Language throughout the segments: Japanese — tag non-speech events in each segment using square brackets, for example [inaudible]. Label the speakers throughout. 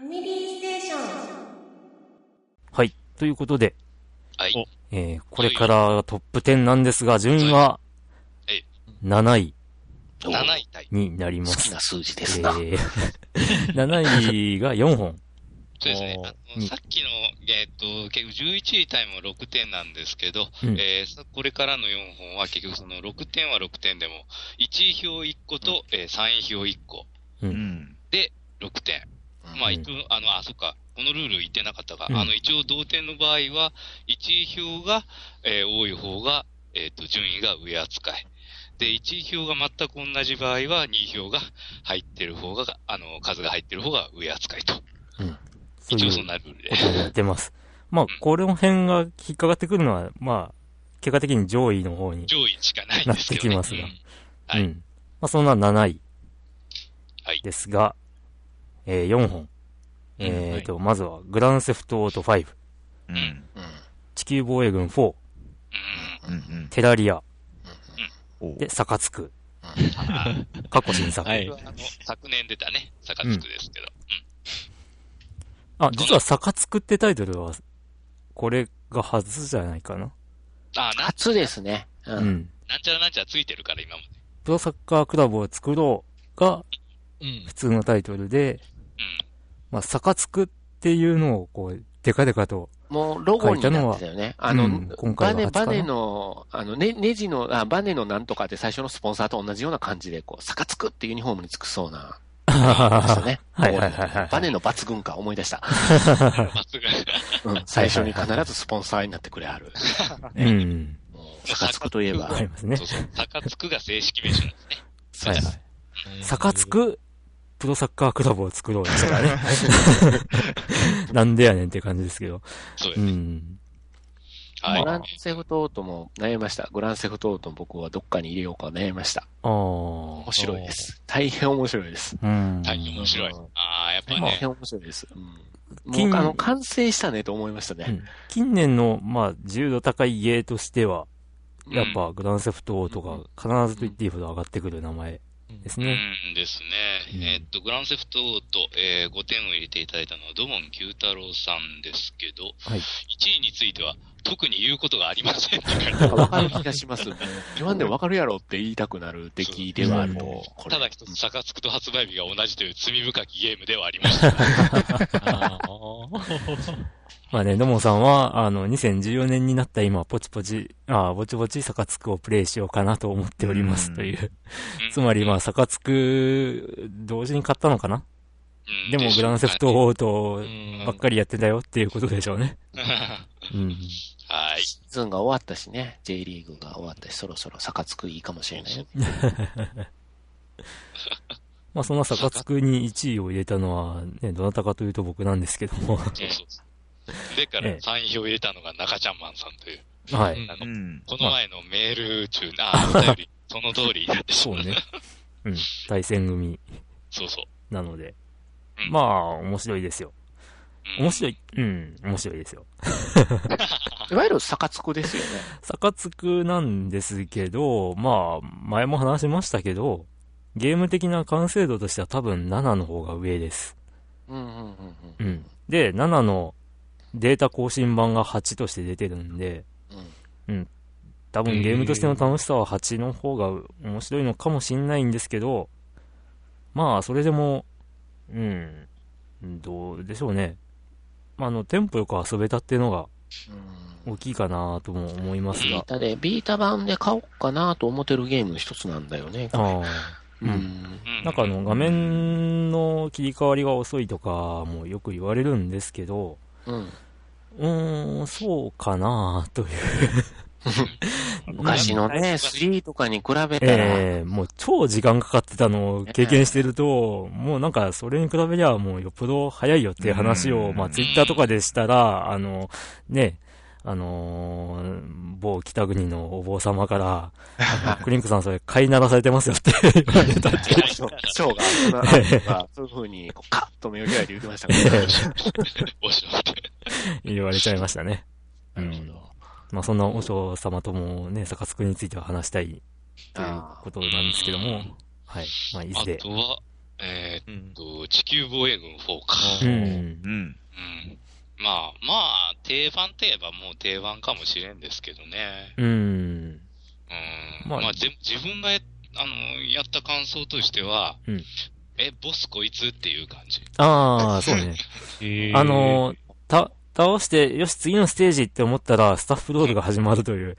Speaker 1: ァミリーステーション。
Speaker 2: はい。ということで、
Speaker 3: はい。
Speaker 2: えー、これからトップ10なんですが、順位は
Speaker 3: はいえ、
Speaker 2: 7位
Speaker 3: 7位タイ。
Speaker 2: になりま
Speaker 4: 好
Speaker 2: す
Speaker 4: き。な数字ですな。
Speaker 2: えー [laughs] 7位が4本。
Speaker 3: そうですね
Speaker 4: おー。
Speaker 3: あのさっきの、えっ、と、結局11位タイムは6点なんですけど、
Speaker 2: うん
Speaker 3: えーさこれからの4本は結局その6点は6点でも、1位票1個と、えー3位票1個
Speaker 4: うん。
Speaker 3: で6点。まあ、
Speaker 2: うん
Speaker 3: 一応、あの、あ、そっか、このルール言ってなかったが、
Speaker 2: うん
Speaker 3: あの、一応同点の場合は、1位票が、えー多い方が、えっ、と、順位が上扱い。で、1位票が全く同じ場合は、2位票が入ってる方が、あの、数が入ってる方が上扱いと。
Speaker 2: そう
Speaker 3: 一
Speaker 2: い
Speaker 3: 応
Speaker 2: う
Speaker 3: そん
Speaker 2: こ
Speaker 3: なルールで。
Speaker 2: とをやってます。まあ、この辺が引っかかってくるのは、まあ、結果的に上位の方に。
Speaker 3: 上位しかないんですけど、ね。
Speaker 2: なってきますが
Speaker 3: うんはい
Speaker 2: うん。まあ、そんな7位
Speaker 3: はい
Speaker 2: ですが、えー、4本。えーと、まずは、グランセフトオート5、
Speaker 4: うん。
Speaker 2: 地球防衛軍4、
Speaker 3: うん
Speaker 4: うん。うん。
Speaker 2: テラリア、
Speaker 4: おう
Speaker 2: で、サカツク。過去新作。
Speaker 5: は
Speaker 3: これ
Speaker 5: い
Speaker 3: は。あの昨年出たね、坂津区ですけど。
Speaker 2: あ、実はサカツクってタイトルは、これが初じゃないかな。
Speaker 3: あな、
Speaker 5: 初ですね。う。
Speaker 2: うんん。
Speaker 3: なんちゃらなんちゃらついてるから、今も。
Speaker 2: プロサッカークラブを作ろうが
Speaker 5: うん。
Speaker 2: 普通のタイトルで、
Speaker 3: うん。
Speaker 2: まあ、サカツクっていうのを、こう、でかでかと。
Speaker 5: もう、ロゴになってたよね。あ
Speaker 2: う
Speaker 5: の
Speaker 2: ん、今
Speaker 5: バ
Speaker 2: 回
Speaker 5: ネ、
Speaker 2: は初か
Speaker 5: バ
Speaker 2: な
Speaker 5: ネの、あの、ね、ネジの、あ、バネのなんとかって最初のスポンサーと同じような感じで、こう、坂つくっていうユニフォームにつくそうな、でした
Speaker 2: は
Speaker 5: ね。
Speaker 2: [laughs] いはいはいはい。
Speaker 5: バネの抜群か思い出した。
Speaker 3: ま
Speaker 2: [laughs]
Speaker 3: っすぐ。
Speaker 5: うん [laughs] 最初に必ずスポンサーになってくれはる。
Speaker 2: うん。
Speaker 5: 坂つくといえば
Speaker 2: わか。りますね
Speaker 3: [laughs] そ。うそう。坂津区が正式名称なんですね。
Speaker 2: はいはい。サカツク、プロサッカークラブを作ろうですからね。なんでやねんって感じですけど。
Speaker 3: そうで
Speaker 2: う
Speaker 3: す。
Speaker 2: ん。
Speaker 3: はい。
Speaker 5: グランセフトオートも悩みました。グランセフトオートも僕はどっかに入れようか悩みました。
Speaker 2: あ
Speaker 5: 面
Speaker 2: あ。
Speaker 5: 白いです。大変面白いです。
Speaker 2: うん。
Speaker 3: 大変面白い
Speaker 5: うん。
Speaker 3: ああ、やっぱ
Speaker 5: 大
Speaker 3: ね。
Speaker 5: 変面白いです。うん、も
Speaker 2: 金
Speaker 5: う、あの、完成したねと思いましたね。
Speaker 2: 近年の、まあ、自由度高いゲーとしては、やっぱ、グランセフトオートが必ずと言っていいほど上がってくる名前ですね。
Speaker 3: うんです
Speaker 2: うん
Speaker 3: ね。えーっと、グランセフトオート、えー5点を入れていただいたのは、ドモン九太郎さんですけど、
Speaker 2: はい
Speaker 3: 1位については、特に言うことがありませ
Speaker 2: [laughs]
Speaker 3: ん。
Speaker 5: なんかわかる気がします。言わんでもわかるやろって言いたくなる出来ではあると。
Speaker 2: うん
Speaker 5: これ
Speaker 3: ただ一つ、坂津区と発売日が同じという罪深きゲームではあり
Speaker 2: [laughs]
Speaker 3: ました。
Speaker 5: あ
Speaker 2: [laughs] まあね、ドモさんは、あの、2014年になった今、ポチポチ、あぼちぼちサカツクをプレイしようかなと思っております
Speaker 4: うん
Speaker 2: という。つまり、まあ、サカツク、同時に買ったのかな
Speaker 3: うん
Speaker 2: でも、グランセフトオート
Speaker 3: うん
Speaker 2: ばっかりやってたよっていうことでしょうね。
Speaker 3: [laughs]
Speaker 2: うん。
Speaker 3: はい。
Speaker 5: シーズンが終わったしね、J リーグが終わったし、そろそろ坂つくいいかもしれないよね。
Speaker 2: まあ、そんなサカツクに1位を入れたのは、ね、どなたかというと僕なんですけども。
Speaker 3: そうそうそう。でから
Speaker 2: ええ
Speaker 3: 3位票入れたのが中ちゃんマンさんという、
Speaker 2: は
Speaker 3: う
Speaker 2: い。
Speaker 3: んあ
Speaker 4: う
Speaker 3: の
Speaker 4: ん。
Speaker 3: この前のメール中な、あーお便り、その通りになってし
Speaker 2: そ
Speaker 3: ま
Speaker 2: う
Speaker 3: う。
Speaker 2: ね。うん。対戦組
Speaker 3: そう [laughs] そう。
Speaker 2: なので
Speaker 3: う。ん
Speaker 2: まあ、面白いですよ。
Speaker 3: うん
Speaker 2: 面白い。うん、面白いですよ。
Speaker 5: いわゆる坂つくですよね。
Speaker 2: サカツクなんですけど、まあ、前も話しましたけど、ゲーム的な完成度としては多分7の方が上です。
Speaker 5: うんうんうん
Speaker 2: う
Speaker 5: うん
Speaker 2: ん。で、7のデータ更新版が8として出てるんで、多分ゲームとしての楽しさは8の方が面白いのかもしんないんですけど、まあ、それでも、うん、どうでしょうね。まあ、あの、テンポよく遊べたっていうのが
Speaker 5: うん。
Speaker 2: 大きいかなとも思います
Speaker 5: ビー
Speaker 2: が。
Speaker 5: タで、ビータ版で買おうかなと思ってるゲームの一つなんだよね。
Speaker 2: ああ。うん
Speaker 5: うん
Speaker 3: う
Speaker 2: なんかあ
Speaker 3: [laughs]
Speaker 2: の、画面の切り替わりが遅いとかもよく言われるんですけど、
Speaker 5: うん
Speaker 2: うーん、そうかなという。
Speaker 5: 昔のね、3とかに比べたら、
Speaker 2: ええもう超時間かかってたのを経験してると、もうなんかそれに比べりゃもうよっぽど早いよっていう話
Speaker 4: う
Speaker 2: を、
Speaker 4: ん
Speaker 2: まあツイッターとかでしたら、あの、ね、あのー某北国のお坊様から、あのクリンクさんそれ飼いならされてますよって [laughs] 言われたって。
Speaker 5: ショーが、そんなアッ
Speaker 2: [laughs]
Speaker 5: プがそういう風に、こうカッと目を開いて言ってましたからね。
Speaker 3: 面白くて。
Speaker 2: 言われちゃいましたね。
Speaker 5: なる
Speaker 2: う
Speaker 5: ほ
Speaker 2: ん
Speaker 5: ど。
Speaker 2: まあそんな和尚様ともね、サカツクについては話したいという
Speaker 5: あ
Speaker 2: ことなんですけども、はい。まあいず
Speaker 3: あ
Speaker 2: れ、
Speaker 3: とは、えーっ
Speaker 4: うん。
Speaker 3: と、地球防衛軍4か。
Speaker 2: うん。
Speaker 4: うん。
Speaker 3: うん。まあまあ、定番といえばもう定番かもしれんですけどね。
Speaker 2: うん。
Speaker 3: うん。
Speaker 2: ま
Speaker 3: ま
Speaker 2: あ
Speaker 3: あ、ぜ自分がや、あの、やった感想としては、
Speaker 2: うん
Speaker 3: え、ボスこいつっていう感じ。
Speaker 2: ああ、そうね。あのー、た、倒して、よし、次のステージって思ったら、スタッフロールが始まるという、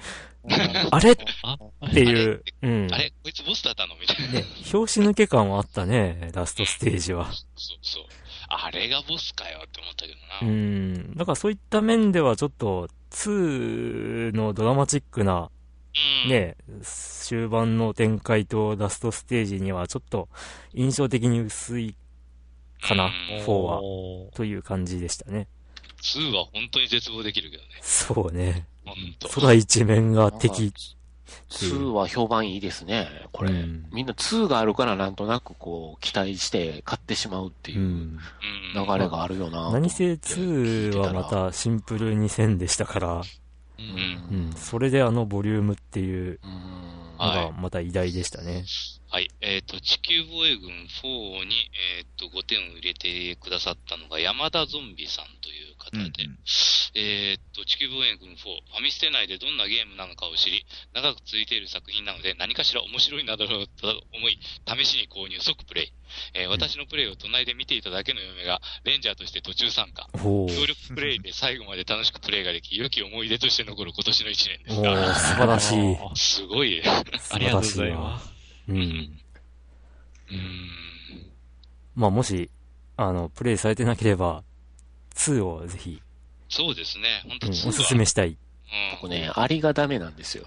Speaker 2: あれっ
Speaker 3: あ、
Speaker 2: ていう、うん。
Speaker 3: あれこいつボスだったのみたいな。
Speaker 2: ね、拍子抜け感はあったね、ラストステージは。
Speaker 3: [laughs] そうそう。あれがボスかよって思ったけ
Speaker 2: う
Speaker 3: どな。
Speaker 2: ん。だからそういった面では、ちょっと、2のドラマチックな、
Speaker 3: うん。
Speaker 2: ね、終盤の展開とラストステージには、ちょっと、印象的に薄いかな、
Speaker 3: うん
Speaker 2: 4は、という感じでしたね。
Speaker 3: 2は本当に絶望できるけどね。
Speaker 2: そうね。
Speaker 3: 本当。
Speaker 2: 空一面が敵。
Speaker 5: 2は評判いいですね、これ。
Speaker 2: うん。
Speaker 5: みんな2があるからなんとなくこう、期待して買ってしまうっていううん
Speaker 3: うん
Speaker 5: 流れがあるよな。
Speaker 2: 何せ
Speaker 5: 聞い
Speaker 2: 2
Speaker 5: てた
Speaker 2: は
Speaker 5: ら
Speaker 2: またシンプル2000でしたから、
Speaker 5: う
Speaker 2: うんん、。それであのボリュームっていう
Speaker 5: うん
Speaker 2: のが
Speaker 3: あ
Speaker 2: また偉大でしたね。
Speaker 3: はい。えっ、と、地球防衛軍4に、えっ、と、5点を入れてくださったのが山田ゾンビさんという方
Speaker 4: うん
Speaker 3: で、えっと、地球防衛軍4、ファミステ内でどんなゲームなのかを知り、長く続いている作品なので、何かしら面白いなだろうと思い、試しに購入、即プレイ。えー私のプレイを隣で見ていただけの嫁が、レンジャーとして途中参加。
Speaker 2: お
Speaker 3: 協
Speaker 2: ー
Speaker 3: 力プレイで最後まで楽しくプレイができ、良き思い出として残る今年の1年で
Speaker 2: お
Speaker 3: す
Speaker 2: ー
Speaker 3: が、
Speaker 2: 素晴らしい。
Speaker 3: すごいね。
Speaker 2: 素
Speaker 6: あ
Speaker 2: 晴
Speaker 6: りがとう
Speaker 2: ら
Speaker 6: ご
Speaker 2: しい
Speaker 6: ざい
Speaker 2: わ
Speaker 6: ま。
Speaker 2: うん。
Speaker 3: うーん。
Speaker 2: まあもし、あの、プレイされてなければ、2をぜひ、
Speaker 3: そうですね。本
Speaker 2: う
Speaker 3: 当
Speaker 2: ん、
Speaker 3: に、
Speaker 2: おすすめしたい。
Speaker 3: う
Speaker 5: 僕
Speaker 3: ん。
Speaker 5: ね、アリがダメなんですよ。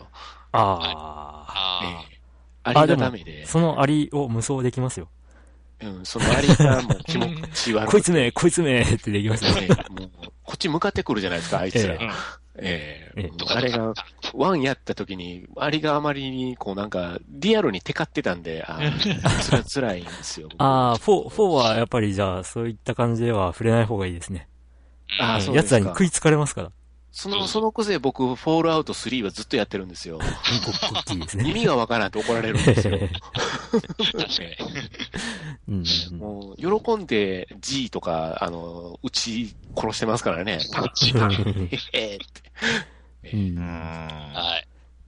Speaker 2: あ
Speaker 3: あ
Speaker 5: ええアリ
Speaker 2: あで
Speaker 5: が
Speaker 2: も
Speaker 5: ダメで
Speaker 2: あ、、そのアリを無双できますよ。
Speaker 5: うん、そのアリがもう気持ち悪
Speaker 2: [laughs] こい
Speaker 5: く
Speaker 2: つめ、こいつめってできます
Speaker 5: [laughs]
Speaker 2: よ。
Speaker 5: て、もうこっち向かってくるじゃないですか、あいつら
Speaker 2: え
Speaker 3: え。
Speaker 5: え
Speaker 2: ええ
Speaker 5: え
Speaker 3: あ、とか
Speaker 5: あれ
Speaker 3: と
Speaker 5: が
Speaker 3: か、。
Speaker 5: ワンやった時に、アリがあまりに、こうなんか、リアルにテカってたんで、あ [laughs] ーつらつらいんですよ。僕
Speaker 2: ああ、4、4はやっぱりじゃあ、そういった感じでは触れない方がいいですね。
Speaker 5: あー
Speaker 2: うん
Speaker 5: そうで
Speaker 2: 奴
Speaker 5: すから
Speaker 2: に食いつかれますから。
Speaker 5: その、そのくせ僕、フォールアウト3はずっとやってるんです [laughs] よ。
Speaker 2: ごっこっきいですね。
Speaker 5: 意味がわからんって怒られるんです [laughs] よ。
Speaker 3: うん確かに。
Speaker 2: うん
Speaker 5: もう、喜んで G とか、あの、うち殺してます [laughs] からね。
Speaker 2: [laughs]
Speaker 5: えーって
Speaker 2: うん
Speaker 3: は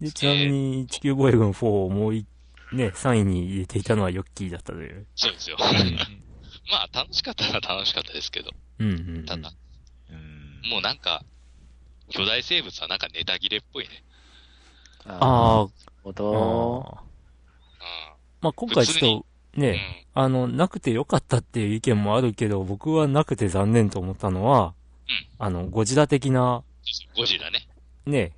Speaker 3: い。
Speaker 2: でちなみに、地球防衛軍4をもうい、ね、3位に入れていたのはヨッキーだったという。
Speaker 3: そうですよ。まあ、楽しかったら楽しかったですけど、
Speaker 2: うんうんうん。
Speaker 3: ただ、
Speaker 4: うん
Speaker 3: もうなんか、巨大生物はなんかネタ切れっぽいね。
Speaker 5: あ
Speaker 2: あ
Speaker 5: ー、ほ
Speaker 2: あ、
Speaker 5: ど。
Speaker 2: まあ今回ちょっと、
Speaker 3: うん。うん
Speaker 2: ね、あの、なくてよかったっていう意見もあるけど、僕はなくて残念と思ったのは、あの、ゴジラ的な、
Speaker 3: ゴジラね。
Speaker 2: ね、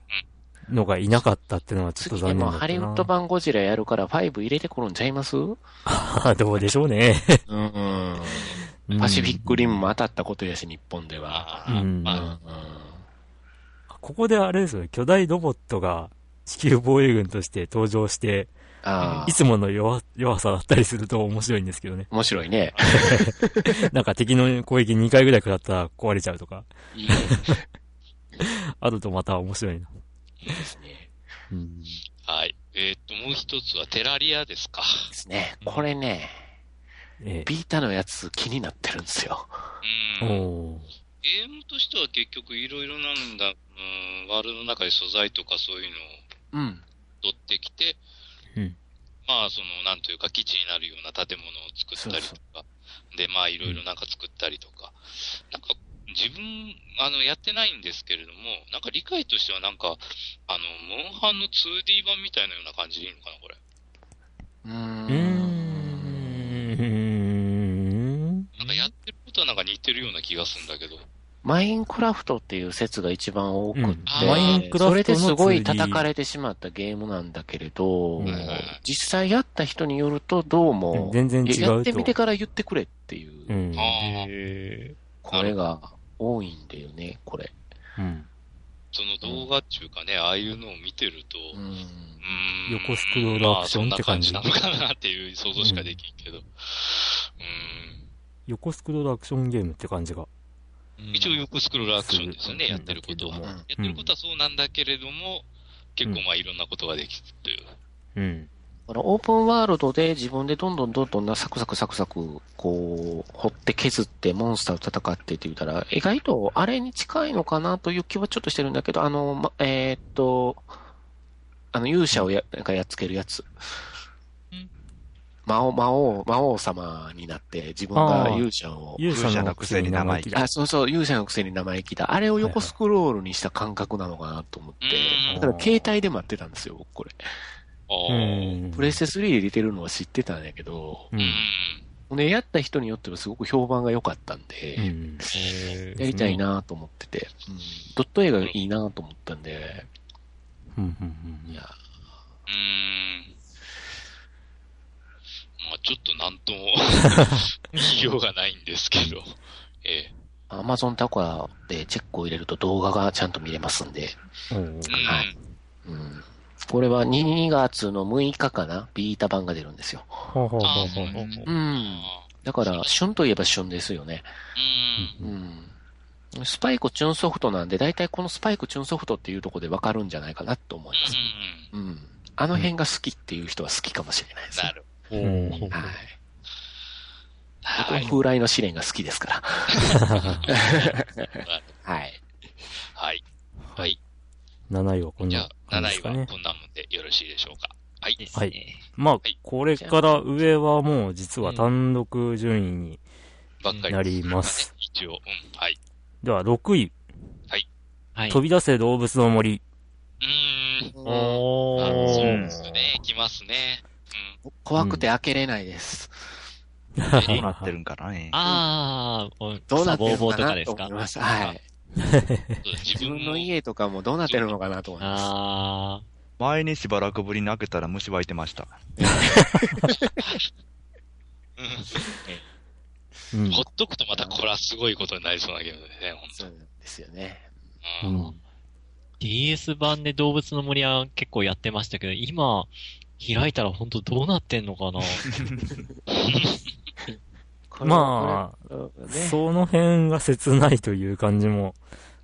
Speaker 2: のがいなかったっていうのはちょっと
Speaker 5: 次
Speaker 2: 残
Speaker 5: で
Speaker 2: 念だ
Speaker 5: も
Speaker 2: ったな。
Speaker 5: ハリウッド版ゴジラやるから5入れてくるんちゃいますうん。
Speaker 2: あどうでしょうね。うん
Speaker 5: パシフィックリムも当たったことやし、日本では。
Speaker 3: あ
Speaker 2: う
Speaker 3: あ、
Speaker 2: ん
Speaker 5: うん
Speaker 3: まあ、
Speaker 2: ここであれですよね、巨大ロボットが地球防衛軍として登場して、
Speaker 5: ああ
Speaker 2: い、つもの弱弱さだったりすると面白いんですけど
Speaker 5: [laughs]
Speaker 2: ね。
Speaker 5: 面白いね。
Speaker 2: なんか敵の攻撃2回ぐらい食らったら壊れちゃうとか、[laughs]
Speaker 5: いいで
Speaker 2: あるとまた面白いな。
Speaker 5: すね。
Speaker 2: うん。
Speaker 3: はい。えーっと、もう一つはテラリアですか。
Speaker 5: ですね。これね、
Speaker 2: え
Speaker 5: ビータのやつ気になってるんですよ。
Speaker 2: え。
Speaker 3: うん。
Speaker 2: おー
Speaker 3: ゲームとしては結局いろいろなんだ、うん、ワールドの中で素材とかそういうのを
Speaker 5: うん。
Speaker 3: 取ってきて、
Speaker 2: うん
Speaker 3: まあ、その、なんというか、基地になるような建物を作ったりとか、で、まあ、いろいろなんか作ったりとか、なんか、自分、あの、やってないんですけれども、なんか理解としてはなんか、あの、モンハンの 2D 版みたいなような感じでいいのかな、これ。
Speaker 2: う
Speaker 5: う
Speaker 2: ー
Speaker 5: ん。
Speaker 2: ん。
Speaker 3: なんかやってることはなんか似てるような気がするんだけど。
Speaker 5: マインクラフトっていう説が一番多くって、
Speaker 2: うん
Speaker 3: マイ
Speaker 2: ンクラフトの
Speaker 5: それですごい
Speaker 2: 2D
Speaker 5: 叩かれてしまったゲームなんだけれど、
Speaker 2: うん
Speaker 5: 実際やった人によるとどうも、
Speaker 2: 全然違うと
Speaker 5: やってみてから言ってくれっていう、
Speaker 2: うん。
Speaker 3: ああ、
Speaker 5: これが多いんだよね、これ。
Speaker 2: うん。
Speaker 3: その動画っていうかね、ああいうのを見てると、
Speaker 5: う
Speaker 3: うんーん
Speaker 2: 横スクロールアクションって感じ
Speaker 3: まあそんな感じなのかなっていう想像しかできんけど。うん
Speaker 2: 横スクロールアクションゲームって感じが。
Speaker 3: 一応横スクロールアクションですよ
Speaker 2: うん
Speaker 3: ね、やってることは。
Speaker 2: うん
Speaker 3: やってることはそうなんだけれども、結構まあいろんなことができるという。
Speaker 2: うん。
Speaker 5: あのオープンワールドで自分でどんどんどんどんなサクサクサクサク、こう、掘って削ってモンスターと戦ってって言ったら、意外とあれに近いのかなという気はちょっとしてるんだけど、あの、ま、えーっと、あの勇者をやがやっつけるやつ
Speaker 3: うん。
Speaker 5: 魔王、魔王、魔王様になって自分が勇者を、
Speaker 2: 勇者のくせに生意気だ。
Speaker 5: あ、そうそう、勇者のくせに生意気だ。あれを横スクロールにした感覚なのかなと思って。
Speaker 3: うん
Speaker 5: だから携帯で待ってたんですよ、僕これ。
Speaker 3: あ
Speaker 2: う
Speaker 3: ー
Speaker 2: ん。
Speaker 5: プレステ3で出てるのは知ってたんやけど、
Speaker 2: う
Speaker 3: うん
Speaker 2: ん。
Speaker 5: ね、やった人によってはすごく評判が良かったんで、
Speaker 2: うん。
Speaker 5: やりたいなと思ってて、うんドット映画いいなと思ったんで、
Speaker 2: うんうんうん
Speaker 5: いや、
Speaker 3: うーんまあちょっとなんとも
Speaker 2: [laughs]
Speaker 3: 言いようがないんですけど、ええ
Speaker 5: Amazon タコアでチェックを入れると動画がちゃんと見れますんで、
Speaker 2: うん
Speaker 3: うん
Speaker 5: はいうんこれは2月の6日かな、ビータ版が出るんですよ。
Speaker 2: ほうほうほうほうほう
Speaker 5: うん。だから、旬といえば旬ですよね。
Speaker 3: うん
Speaker 5: うん。スパイクチューンソフトなんで、大体このスパイクチューンソフトっていうところでわかるんじゃないかなと思います。
Speaker 3: う
Speaker 5: うん。あの辺が好きっていう人は好きかもしれないで
Speaker 3: ん
Speaker 5: す。
Speaker 3: な
Speaker 5: ね
Speaker 3: る
Speaker 2: ほうほう
Speaker 5: はい。僕
Speaker 3: は。
Speaker 5: はい風来の試練が好きですから。はい。
Speaker 3: はい。はい。
Speaker 2: 7位はこん
Speaker 3: じゃ
Speaker 2: な
Speaker 3: あ、7
Speaker 2: 感じです
Speaker 3: 位
Speaker 2: か
Speaker 3: は
Speaker 2: ね。
Speaker 3: こんなもんでよろしいでしょうか。はい。
Speaker 6: ですね。
Speaker 2: まあ
Speaker 3: い、
Speaker 2: これから上はもう実は単独順位に。
Speaker 3: ばっかり。
Speaker 2: なります。
Speaker 3: 一応、うん。はい。
Speaker 2: では、6位、
Speaker 6: はい。
Speaker 2: 飛び出せ動物の森。
Speaker 3: うーん。
Speaker 2: お
Speaker 3: あそうですね。来ますね。
Speaker 5: 怖くて開けれないです。
Speaker 4: どうなってるんかなね。
Speaker 6: ああ、お
Speaker 5: どうなってる
Speaker 6: ボーボ
Speaker 5: の
Speaker 6: ーと
Speaker 5: かなと思
Speaker 6: かですか
Speaker 5: いました。はい。
Speaker 3: うんそう自
Speaker 5: 自
Speaker 3: 分
Speaker 5: 分
Speaker 3: の
Speaker 5: の
Speaker 3: 家。
Speaker 5: 家とかもどうなってるのかなと思いま
Speaker 6: あ
Speaker 4: 前にしばらくぶりに開けたら虫湧いてました。
Speaker 3: う
Speaker 2: うん
Speaker 3: ん。ほっとくとまたこれはすごいことになりそうなゲームですね、ほん
Speaker 5: す。そうなんですよね。
Speaker 3: と。うん。
Speaker 6: あ、DS 版で動物の森は結構やってましたけど、今、開いたら本当どうなってんのか
Speaker 2: [laughs]
Speaker 6: な
Speaker 2: まあ、
Speaker 5: あ、これね、
Speaker 2: その辺が切ないという感じも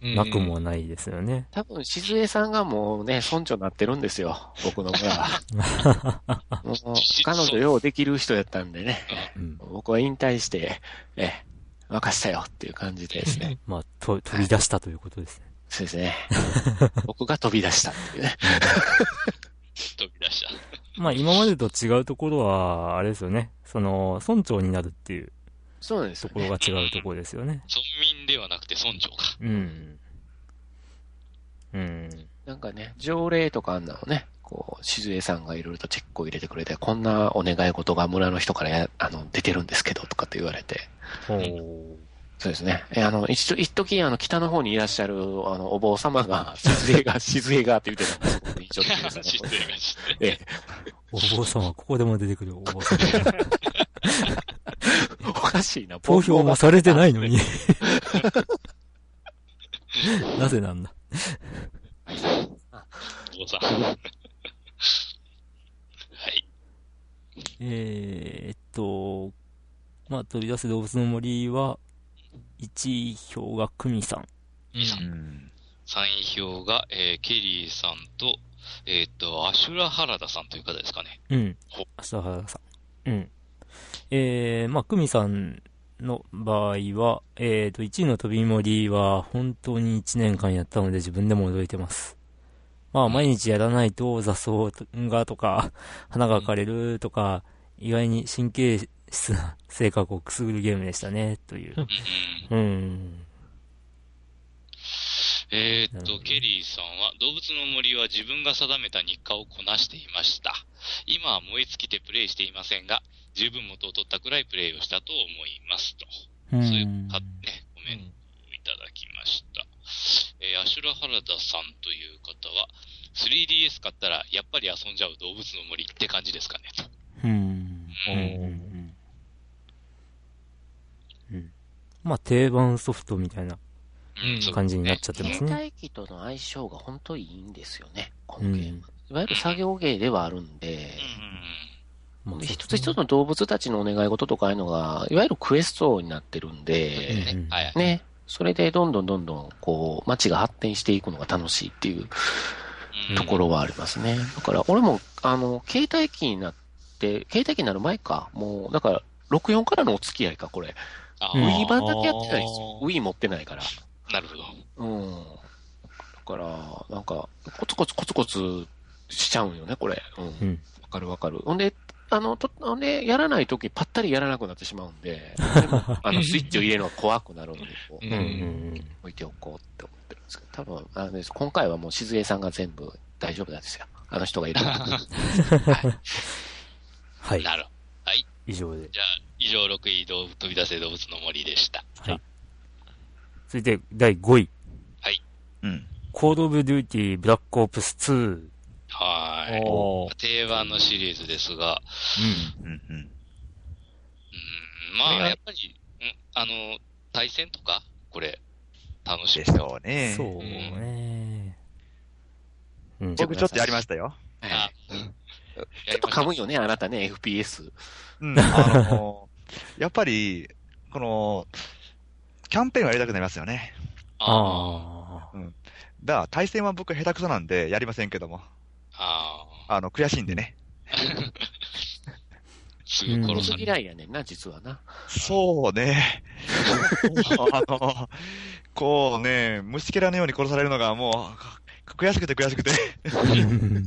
Speaker 2: なく
Speaker 6: うん
Speaker 2: もないですよね。
Speaker 5: 多分、静江さんがもうね、村長になってるんですよ。僕の村は。
Speaker 6: [laughs]
Speaker 5: もう彼女ようできる人やったんでね。
Speaker 2: うん
Speaker 5: 僕は引退して、ええ、任したよっていう感じでです
Speaker 6: [laughs]
Speaker 5: ね。
Speaker 2: まあ、と飛び出したということですね。
Speaker 5: そうですね。僕が飛び出したっていうね。
Speaker 3: 飛び出した。
Speaker 2: まあ、今までと違うところは、あれですよね。その、村長になるっていう
Speaker 5: そうなんで
Speaker 2: と
Speaker 5: すよ
Speaker 2: ころ
Speaker 5: ね。
Speaker 2: が違うところですよね。
Speaker 3: 村民ではなくて村長か。 [laughs]
Speaker 2: うん。うん。
Speaker 5: なんかね、条例とかあんなのね、こう、静江さんがいろいろとチェックを入れてくれて、こんなお願い事が村の人からやあの出てるんですけどとかって言われて。
Speaker 2: ほう。
Speaker 5: そうですね。えあの、一度、一時あの、北の方にいらっしゃる、あの、お坊様が、静江が、 [laughs] 静江がって言ってたんです僕印象的で
Speaker 3: [laughs] 知って
Speaker 5: すね。
Speaker 3: るが知ってる。
Speaker 2: お坊様、ここでも出てくるお坊様。
Speaker 5: おかしいな、
Speaker 2: 投票も
Speaker 5: が
Speaker 2: されてないのに。 [laughs] なぜなんだ。
Speaker 3: おさん。はい。
Speaker 2: えー、っと、まあ、飛び出す動物の森は、1位票が久美さん。
Speaker 4: うん。
Speaker 3: 3位票が、えー、ケリーさんと、えーっ、と、アシュラハラダさんという方ですかね。
Speaker 2: うん
Speaker 3: ほ。
Speaker 2: 明日原さん。うん。えー、まあ、久美さんの場合は、えー、っと、1位の飛び森は、本当に1年間やったので自分でも驚いてます。まあ、毎日やらないと雑草がとか、 [laughs] 花が枯れるとか、意外に神経質な性格をくすぐるゲームでしたね、という。
Speaker 3: うんうん
Speaker 2: うん。
Speaker 3: えーっ、
Speaker 2: なるほ
Speaker 3: と、
Speaker 2: ど
Speaker 3: ケリーさんは、動物の森は自分が定めた日課をこなしていました。今は燃え尽きてプレイしていませんが、十分元を取ったくらいプレイをしたと思います。と。
Speaker 2: う
Speaker 3: そうい
Speaker 2: ん
Speaker 3: うか、ね、コメントをいただきました。えーアシュラハラダさんという方は、3DS 買ったら、やっぱり遊んじゃう動物の森って感じですかね、と。
Speaker 2: うん。
Speaker 3: う
Speaker 2: うんんうんうんまあ、定番ソフトみたいな
Speaker 3: うんそう
Speaker 2: 感じになっちゃってます
Speaker 5: 携
Speaker 2: ね。
Speaker 5: 帯機との相性が本当にいいんですよね、こ
Speaker 2: う
Speaker 5: のゲーム。
Speaker 2: ん。
Speaker 5: いわゆる作業芸ではあるんで、
Speaker 2: まあ
Speaker 5: 一つ一つの動物たちのお願い事とかああいうのが、いわゆるクエストになってるん
Speaker 3: うん
Speaker 5: で、
Speaker 3: うん
Speaker 2: うん
Speaker 3: はい。
Speaker 5: ね、それでどんどんどんどん、こう、街が発展していくのが楽しいっていう
Speaker 3: うん
Speaker 5: ところはありますね。だから、俺も、あの、携帯機になって、携帯機になる前か、もう、だから、64からのお付き合いか、これ。
Speaker 3: あ
Speaker 2: う
Speaker 3: あ、
Speaker 2: ん
Speaker 5: Wii 版だけやってないんですよ。Wii 持ってないから。
Speaker 3: なるほど。
Speaker 5: うん。だから、なんか、コツコツコツコツしちゃうんよね、これ。うん。わ、
Speaker 2: うん
Speaker 5: かるわかる。ほんで、あの、と、ほんで、やらないとき、ぱったりやらなくなってしまうんで、あの、スイッチを入れるのが怖くなるんで、こう
Speaker 2: う
Speaker 3: う
Speaker 2: んうん
Speaker 5: 置いておこうって思ってるんですけど、多分、あのね、今回はもう静江さんが全部大丈夫なんですよ。あの人がいるから。
Speaker 2: はい。
Speaker 3: なるほど。
Speaker 2: 以上で。
Speaker 3: じゃあ、以上6位動物飛び出せ動物の森でした。
Speaker 2: 続いて、第5位。
Speaker 4: うん。
Speaker 2: コードオブデューティーブラックオプス2。
Speaker 3: はーい。
Speaker 6: おー
Speaker 3: 定番のシリーズですが、
Speaker 4: うん。うん。
Speaker 3: うん、ま
Speaker 6: これ
Speaker 3: あ、
Speaker 6: が
Speaker 3: やっぱり、うんあの、対戦とか、これ、楽し
Speaker 4: で
Speaker 3: み
Speaker 4: し。ょうね。
Speaker 2: そうね。うん。
Speaker 4: 僕ちょっとやりましたよ。
Speaker 3: あ
Speaker 5: [laughs] ちょっと噛むよね、あなたね、FPS。
Speaker 4: うん。あの、やっぱり、この、キャンペーンはやりたくなりますよね。
Speaker 3: あ
Speaker 2: あ
Speaker 4: だから、対戦は僕下手くそなんでやりませんけども。
Speaker 3: あ。ああ。
Speaker 4: あの、悔しいんでね。
Speaker 3: すぐ殺される。
Speaker 5: 嫌いやねんな、実はな。
Speaker 4: そうね。 [laughs] あの、こうね、虫けらのように殺されるのがもう、か悔しくて悔しくて。
Speaker 2: あ。うん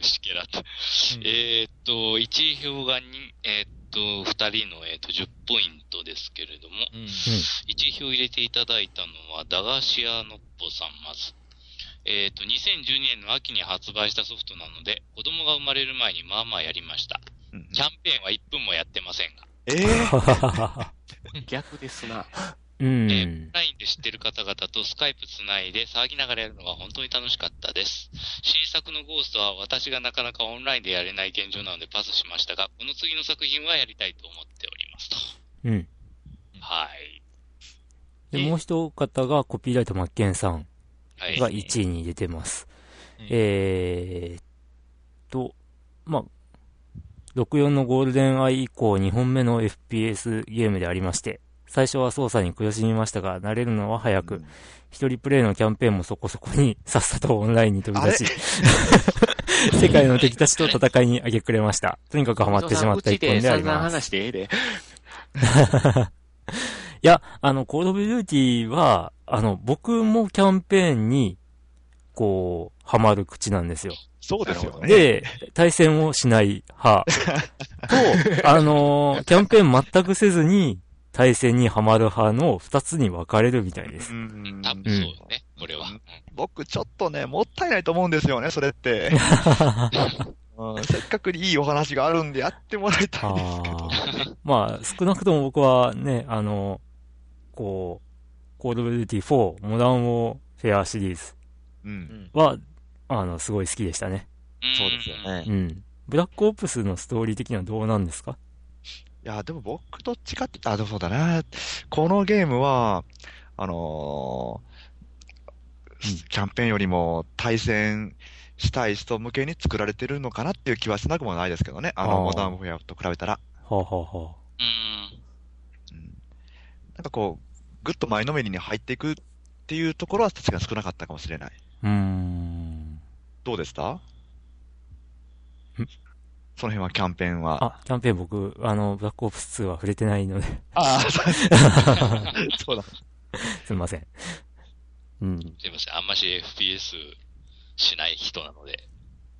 Speaker 3: しけらって。 [laughs] えーっと、1位票がに、えーっと、2人の、えーっと、10ポイントですけれども、
Speaker 6: うん
Speaker 3: 1位票入れていただいたのは、駄菓子屋のっぽさん、まず。えーっと、2012年の秋に発売したソフトなので、子供が生まれる前にまあまあやりました。
Speaker 4: うん
Speaker 3: キャンペーンは1分もやってませんが、
Speaker 4: えー、
Speaker 5: 逆ですな。
Speaker 2: うん。
Speaker 3: ラインで知ってる方々とスカイプつないで騒ぎながらやるのが本当に楽しかったです。新作のゴーストは私がなかなかオンラインでやれない現状なのでパスしましたが、この次の作品はやりたいと思っておりますと。
Speaker 2: うん。
Speaker 3: はい。
Speaker 2: で、もう一方がコピーライトマッケンさん
Speaker 3: はい。
Speaker 2: が1位に出てます。
Speaker 6: うん
Speaker 2: えーっと、まあ、64のゴールデンアイ以降2本目の FPS ゲームでありまして、最初は操作に苦しみましたが、慣れるのは早く、一人プレイのキャンペーンもそこそこに、さっさとオンラインに飛び出し、世界の敵たちと戦いに明け暮れました。とにかくハマってしまった一本でありま
Speaker 5: うちで散々 [laughs]
Speaker 2: す。
Speaker 5: 話してええで。
Speaker 2: いや、あの、コードオブデューティーは、あの、僕もキャンペーンに、こう、ハマる口なんですよ。
Speaker 4: そうですよね。
Speaker 2: で、対戦をしない [laughs] 派と、あのーキャンペーン全くせずに、対戦にハマる派の二つに分かれるみたいです
Speaker 4: う。ん
Speaker 3: 多分そうね、これは。うん
Speaker 4: 僕ちょっとね、もったいないと思うんですよね、そ
Speaker 2: [laughs]
Speaker 4: れって。うんせっかくいいお話があるんでやってもらいたいんですけど
Speaker 2: あ。ー [laughs] まあ、少なくとも僕はね、あの、こう、コールド・デューティー4、モダン・ウォー・フェアシリーズ
Speaker 4: うん。
Speaker 2: は、あの、すごい好きでしたね。
Speaker 4: そうですよ。ね
Speaker 2: う。ん。ブラックオプスのストーリー的にはどうなんですか
Speaker 4: いや、でも僕どっちかって、あ、でもそうだな。このゲームは、あのーキャンペーンよりも対戦したい人向けに作られてるのかなっていう気はしなくもないですけどね。あ
Speaker 2: あ
Speaker 4: の、
Speaker 2: ー
Speaker 4: モダンフェアと比べたら。
Speaker 2: はあ、はあは
Speaker 3: うん。
Speaker 4: うんなんかこう、ぐっと前のめりに入っていくっていうところは確かに少なかったかもしれない。
Speaker 2: あ、うーん。
Speaker 4: どうでしたその辺はキャンペーンは。
Speaker 2: あ、キャンペーン僕、あの、ブラックオプス2は触れてないので、
Speaker 4: ああ、そう
Speaker 2: [laughs]
Speaker 4: そうだ。
Speaker 2: すみません。うん。
Speaker 3: すいません、あんまし FPS しない人なので、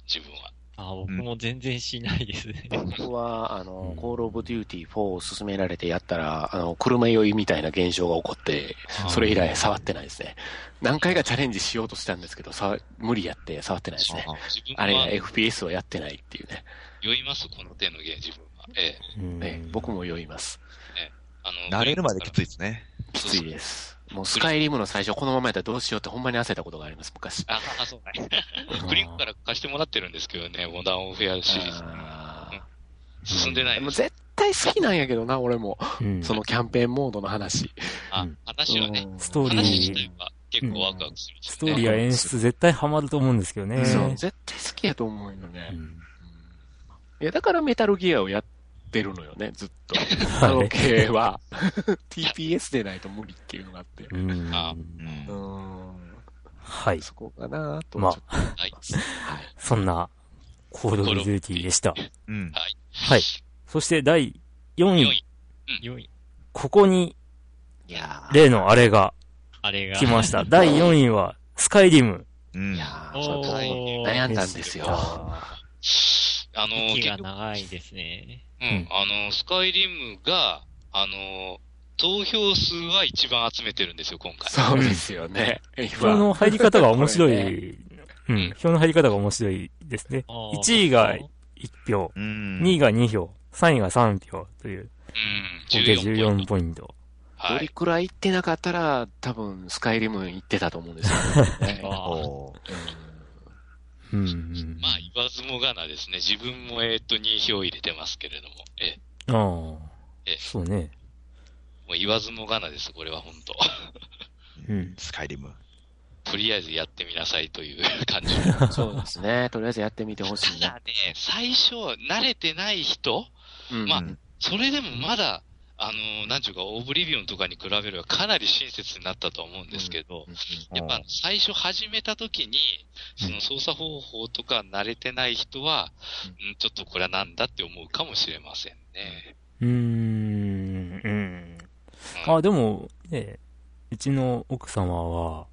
Speaker 3: 自分は。
Speaker 6: あ、僕も全然しないです [laughs] ね。
Speaker 5: 僕は、あの
Speaker 2: う、ん
Speaker 5: コールオブデューティー4を勧められてやったら、あの、車酔いみたいな現象が起こって、それ以来触ってないですね。何回かチャレンジしようとしたんですけど、さ無理やって触ってないですね。
Speaker 3: 自分
Speaker 5: あれが
Speaker 3: は
Speaker 5: FPS をやってないっていうね。
Speaker 3: 酔います、この手のゲーム、自分は。ええ。
Speaker 2: うん
Speaker 5: ね僕も酔います。
Speaker 3: あの、
Speaker 4: 慣れるまできついですね。
Speaker 5: きついです。もうスカイリムの最初、このままやったらどうしようってほんまに焦ったことがあります、昔。
Speaker 3: あ、あそうか。クリックから貸してもらってるんですけどね、モダンオフェアシリーズ。
Speaker 5: あー
Speaker 3: 進んでない
Speaker 5: も
Speaker 3: で
Speaker 5: う
Speaker 3: す。
Speaker 5: 絶対好きなんやけどな、俺も。
Speaker 2: うん
Speaker 5: そのキャンペーンモードの話。
Speaker 3: あ、話はね
Speaker 5: う、ん
Speaker 2: ストーリ
Speaker 3: 話自
Speaker 2: ー
Speaker 3: 体、は結構ワクワクするんですよ
Speaker 2: ストーリーや演出絶対ハマると思うんですけどね。
Speaker 5: そう、絶対好きやと思うよね。
Speaker 2: うん
Speaker 5: いや、だからメタルギアをやってるのよね、ずっ
Speaker 2: [laughs]
Speaker 5: と。あの系は。TPS でないと無理っていうのがあって。
Speaker 2: うん。
Speaker 3: あ
Speaker 2: うん
Speaker 5: うーん。
Speaker 2: はい。
Speaker 5: そこかなと思っちゃって
Speaker 3: はい。
Speaker 5: はい。
Speaker 2: そんな、コールドビューティーでした。
Speaker 4: うん。
Speaker 2: はい。そして第4
Speaker 3: 4
Speaker 2: 位
Speaker 3: 位。。
Speaker 6: 良い。
Speaker 2: ここに
Speaker 5: いやー
Speaker 2: 例のあれが
Speaker 6: あれが。
Speaker 2: 来ました。第4位は、スカイリム。
Speaker 4: うん。
Speaker 5: いやー
Speaker 6: お
Speaker 5: そ
Speaker 3: は
Speaker 5: う
Speaker 3: い
Speaker 6: ー
Speaker 5: 悩んだんですよ。
Speaker 3: あの、
Speaker 6: 息
Speaker 3: 結
Speaker 6: が
Speaker 3: 局、
Speaker 6: 長いですね。。
Speaker 3: うん、あの、スカイリムが、あの、投票数は一番集めてるんですよ、今回。
Speaker 5: そうですよね。今
Speaker 2: 票の入り方が面白
Speaker 5: これね
Speaker 2: い。うん。票の入り方が面白いですね。1位が1票、
Speaker 4: うん。
Speaker 2: 2位が2票、3位が3票という、
Speaker 3: うん、
Speaker 2: 合計
Speaker 3: 14ポイン
Speaker 2: 14
Speaker 3: ト。
Speaker 2: ポイント。
Speaker 5: ど
Speaker 3: は
Speaker 5: れ
Speaker 3: い。
Speaker 5: くらい行ってなかったら、多分、スカイリム行ってたと思うんですよね [laughs]
Speaker 6: あー
Speaker 4: おー
Speaker 2: うんうん。
Speaker 3: まあ、言わずもがなですね。自分も、えっ、と、2票入れてますけれども。え、
Speaker 2: ああ
Speaker 3: え。
Speaker 2: そうね。
Speaker 3: もう言わずもがなです、これは本
Speaker 2: うん。
Speaker 4: スカイリム。
Speaker 3: 当 [laughs] とりあえずやってみなさいという感 [laughs] じ。
Speaker 5: そうですね。とりあえずやってみてほしい
Speaker 3: た
Speaker 5: な
Speaker 3: だ。ね、最初、慣れてない人
Speaker 5: うん
Speaker 3: まあ
Speaker 4: うん
Speaker 3: それでもまだ、あの、なんちゅうか、オブリビオンとかに比べればかなり親切になったとは思うんですけど、やっぱ最初始めた時に、その操作方法とか慣れてない人は、うん、ちょっとこれはなんだって思うかもしれませんね。
Speaker 2: うーん。うん。
Speaker 3: うん
Speaker 2: あ、でも、ね、うちの奥様は、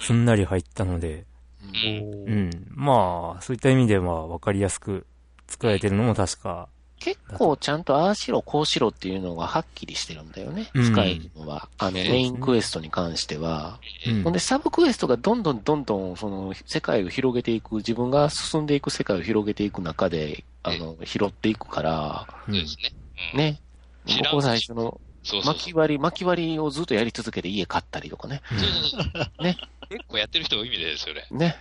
Speaker 2: すんなり入ったので、
Speaker 3: うん
Speaker 2: うん。まあ、そういった意味では分かりやすく作られてるのも確か。
Speaker 5: 結構ちゃんとああしろこうしろっていうのがはっきりしてるんだよね。
Speaker 2: うん
Speaker 5: スカイリムは。あの、
Speaker 3: そうですね
Speaker 5: メインクエストに関しては。
Speaker 2: うん
Speaker 5: ほんで、サブクエストがどんどんどんどん、その、世界を広げていく、自分が進んでいく世界を広げていく中で、あの、拾っていくから、
Speaker 2: う
Speaker 3: そうんですね。うん、
Speaker 5: ね。
Speaker 3: 知らん
Speaker 5: 僕は最初の
Speaker 3: そうそうそ
Speaker 5: 巻き
Speaker 3: う。
Speaker 5: 割り、巻き割りをずっとやり続けて家買ったりとかね。
Speaker 3: そうそうそう
Speaker 5: ね。
Speaker 3: 結構やってる人多いみたいですよね。
Speaker 5: ね。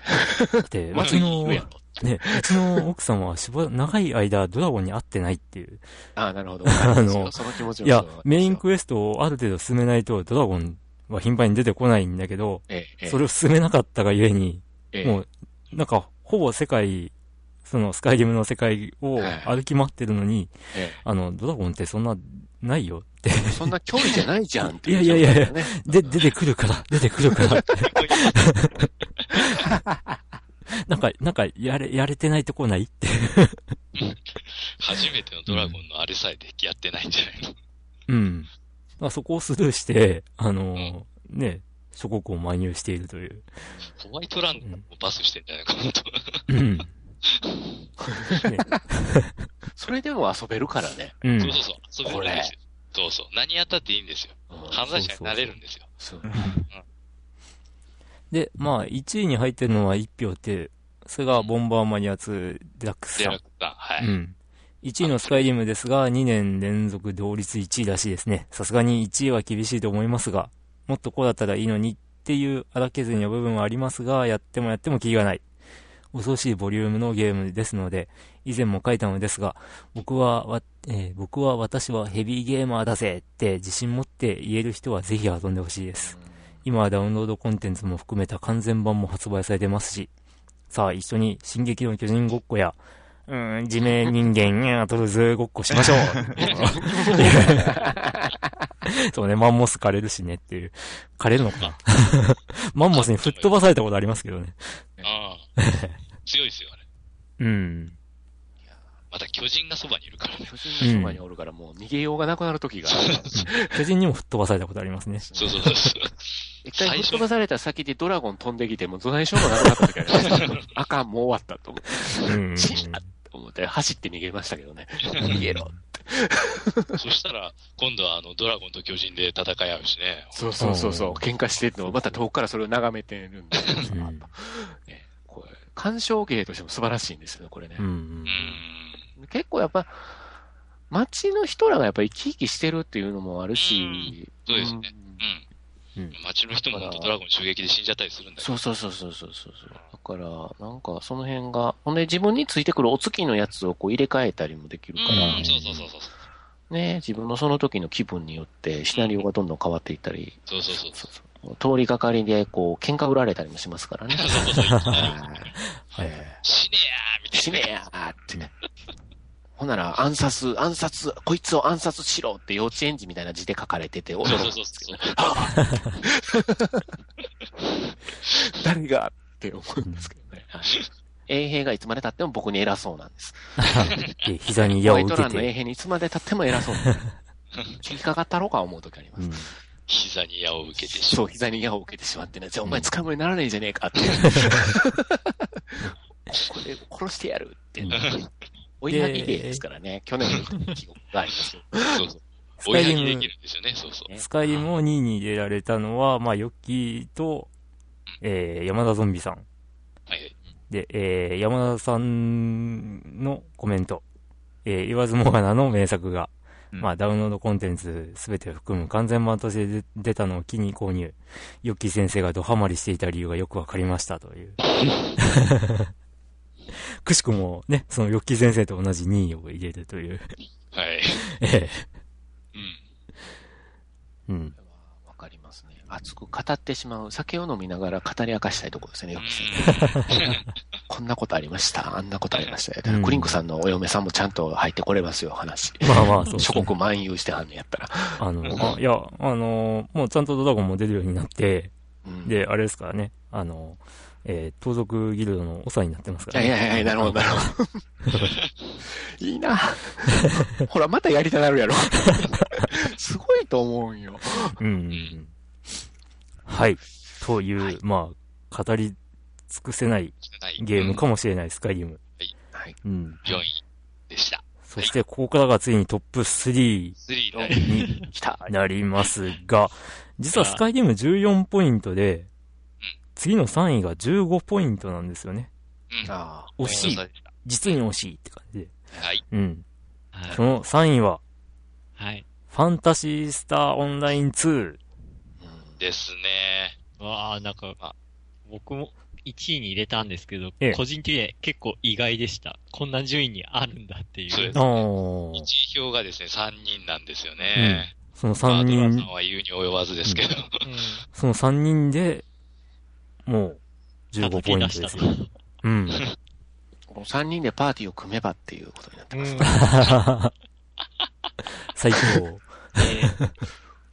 Speaker 2: で、う
Speaker 5: まず
Speaker 2: ちの、
Speaker 5: 言え
Speaker 2: ね
Speaker 5: よ、
Speaker 2: うちの奥様はしば、長い間ドラゴンに会ってないっていう。
Speaker 5: あ [laughs] あ、なるほど。
Speaker 2: あの
Speaker 5: その気持ち
Speaker 2: いや、メインクエストをある程度進めないとドラゴンは頻繁に出てこないんだけど、
Speaker 5: エ
Speaker 2: それを進めなかったがゆえに、
Speaker 5: れ
Speaker 2: もう、なんか、ほぼ世界、そのスカイリムの世界を歩き回ってるのに、あの、ドラゴンってそんな、ないよって。 [laughs]
Speaker 5: そんな距離じゃないじゃんっていう、
Speaker 2: いやいやいやいや
Speaker 5: ね。
Speaker 2: で、出てくるから、出てくるから [laughs] って。なんか、なんか、やれ、やれてないとこないって。
Speaker 3: [laughs] 初めてのドラゴンのあれさえでやってないんじゃないの、
Speaker 2: うん。だからそこをスルーして、あのーね、諸国を漫遊しているという。
Speaker 3: ホワイトランドをバスしてんじゃないか、本当。
Speaker 2: うん。
Speaker 5: それでも遊べるからね。
Speaker 3: [laughs]
Speaker 2: うん
Speaker 3: そうそうそう。遊べるんですよ。そうそう。何やったっていいんですよ。犯罪者になれるんですよ。
Speaker 5: そう
Speaker 2: で、まあ、1位に入ってるのは1票って、それがボンバーマニア2デラックス
Speaker 3: デ
Speaker 2: さ
Speaker 3: ラ
Speaker 2: ん
Speaker 3: ック。さん、は
Speaker 2: う
Speaker 3: い。
Speaker 2: ん。1位のスカイリムですが、2年連続同率1位らしいですね。さすがに1位は厳しいと思いますが、もっとこうだったらいいのにっていう荒削りな部分はありますが、やってもやってもキリがない。恐ろしいボリュームのゲームですので、以前も書いたのですが、僕はわ、えー僕は私はヘビーゲーマーだぜって自信持って言える人はぜひ遊んでほしいです。今はダウンロードコンテンツも含めた完全版も発売されてますし、さあ一緒に進撃の巨人ごっこや、うーん、自明人間、アトルズごっこしましょう。そうね、マンモス枯れるしねっていう。枯れるのかなマンモスに吹っ飛ばされたことありますけどね。 [laughs]
Speaker 3: ああ強いですよ、あれ。
Speaker 2: うん。
Speaker 3: また巨人がそばにいるからね。
Speaker 5: 巨人のそばにおるからもう逃げようがなくなる時がある。
Speaker 2: 巨人にも吹っ飛ばされたことありますね。
Speaker 3: そうそうそうそう。
Speaker 5: 一回吹っ飛ばされた先でドラゴン飛んできて、もうどないしようもなくなった時ある。あかん、もう終わったと思って
Speaker 2: うん。
Speaker 5: 思って、走って逃げましたけど [laughs] ね。逃げろ。
Speaker 3: そしたら、今度はあの、ドラゴンと巨人で戦い合うしね。
Speaker 5: そうそうそうそう。喧嘩してるのをまた遠くからそれを眺めてるんで。
Speaker 2: うん
Speaker 5: ねこれ鑑賞芸としても素晴らしいんですよね、これね
Speaker 2: う。ん [laughs]
Speaker 3: うー。ん。
Speaker 5: 結構やっぱ、街の人らがやっぱ生き生きしてるっていうのもあるし、
Speaker 3: そうですね。う
Speaker 2: うん
Speaker 3: ん。街の人も本当ドラゴン襲撃で死んじゃったりするんだけど。
Speaker 5: そうそうそうそうそうそう。だから、なんかその辺が、ほんで自分についてくるお月のやつをこう入れ替えたりもできる
Speaker 3: う
Speaker 5: から、
Speaker 3: ん、そうそうそうそう。
Speaker 5: ね、自分のその時の気分によってシナリオがどんどん変わっていったり、
Speaker 3: そうそうそう。
Speaker 5: そうそう通りがかりでこう喧嘩売られたりもしますから
Speaker 3: [laughs]
Speaker 5: ね。
Speaker 3: そうそうそう。
Speaker 5: [laughs]
Speaker 2: はい。
Speaker 3: 死ねやーみたいな。
Speaker 5: 死ねやーってね。ほんなら、暗殺、暗殺、こいつを暗殺しろって幼稚園児みたいな字で書かれてて、驚
Speaker 3: そう
Speaker 5: く
Speaker 3: そ
Speaker 5: ん
Speaker 3: う
Speaker 5: で
Speaker 3: そう
Speaker 5: すけ
Speaker 3: そ
Speaker 5: ど
Speaker 3: う。
Speaker 5: 誰いがって思うんですけどね。はい衛兵がいつまで経っても僕に偉そうなんです。
Speaker 2: で膝に矢を
Speaker 5: ホワイ
Speaker 2: 受
Speaker 5: ト
Speaker 2: け
Speaker 5: ランの
Speaker 2: て
Speaker 5: 衛、兵にいつまで経っても偉そう。
Speaker 3: [laughs]
Speaker 5: 引っかかったろうか思う時あります。
Speaker 4: うん
Speaker 3: 膝に矢を受けてしま
Speaker 5: そう、膝に矢を受けてしまってね、じゃあお前使い物にならねえじゃね
Speaker 2: [laughs]
Speaker 5: えかって。ここで殺してやるって。おいなぎ芸ですからね、去年の記憶がありますよ。
Speaker 3: う。そうそう。
Speaker 2: ス
Speaker 3: 追
Speaker 2: カ
Speaker 3: い
Speaker 2: イ
Speaker 3: 上
Speaker 2: リ
Speaker 3: げで
Speaker 2: ム
Speaker 3: き、るんですよね、そうそう。
Speaker 5: ね
Speaker 2: スカイリムを2位に入れられたのは、まあ、ヨッキーと、えー、山田ゾンビさん。
Speaker 3: はいはい。
Speaker 2: で、えー、山田さんのコメント。えー、言わずもがなの名作が、
Speaker 4: うん
Speaker 2: まあ、ダウンロードコンテンツすべてを含む完全版として出出たのを機に購入。ヨッキー先生がドハマりしていた理由がよくわかりましたと [laughs] いう。くしくもね、そのヨッキー先生と同じ2位を入れるという。
Speaker 3: はい。
Speaker 2: ええ
Speaker 3: うん。
Speaker 2: うん。
Speaker 5: わかりますね。熱く語ってしまう。酒を飲みながら語り明かしたいところです [laughs] ね、よくこんなことありました。あんなことありました。だからクリンクさんのお嫁さんもちゃんと入ってこれますよ、話。
Speaker 2: まあまあ、そうです
Speaker 5: 諸
Speaker 2: ね
Speaker 5: 国漫遊してはんのやったら。
Speaker 2: あの、あいや、あの、もうちゃんとドラゴンも出るようになって、
Speaker 5: うん
Speaker 2: で、あれですからね、あの、えー盗賊ギルドの長になってますか
Speaker 5: い
Speaker 2: ら、
Speaker 5: や
Speaker 2: ね。
Speaker 5: いやいや、なるほど、なるほど。いいな。 [laughs] ほら、またやりたなるやろ。すごいと思うんよ。
Speaker 2: うんうんうん。はい。という、
Speaker 5: はい
Speaker 2: まあ、語り尽くせない
Speaker 3: ない
Speaker 2: ゲームかもしれない、スカイリム。
Speaker 5: はい。
Speaker 2: うん。
Speaker 3: 4位でした。
Speaker 2: そして、ここからがついにトップ3
Speaker 3: 3になり、
Speaker 2: に
Speaker 5: 来た。
Speaker 2: なります
Speaker 5: [laughs]
Speaker 2: が、実はスカイリム14ポイントで、次の3位が15ポイントなんですよね。
Speaker 3: うん。
Speaker 5: あ
Speaker 2: 惜しい
Speaker 3: ポイン。ト差でし
Speaker 2: 実に惜しいって感じで。
Speaker 3: たはい。
Speaker 2: うん。
Speaker 6: はい
Speaker 2: その3位は、
Speaker 6: はい。
Speaker 2: ファンタシースターオンライン2。
Speaker 3: ですね。
Speaker 6: わあなんか、
Speaker 3: あ
Speaker 6: 僕も1位に入れたんですけど、
Speaker 2: ええ
Speaker 6: 個人的には結構意外でした。こんな順位にあるんだってい
Speaker 3: そうで
Speaker 6: う
Speaker 3: す。
Speaker 2: あー
Speaker 3: 1位票がですね、3人なんですよね。
Speaker 2: その
Speaker 3: ま
Speaker 2: 3
Speaker 3: あ、ドラさ
Speaker 2: 人
Speaker 3: ん、は言うに及ばずですけど。
Speaker 2: その三人で、もう、15ポイントですよ。うん。
Speaker 3: [laughs]
Speaker 5: この3人でパーティーを組めばっていうことになってます。
Speaker 2: 最高。
Speaker 6: えー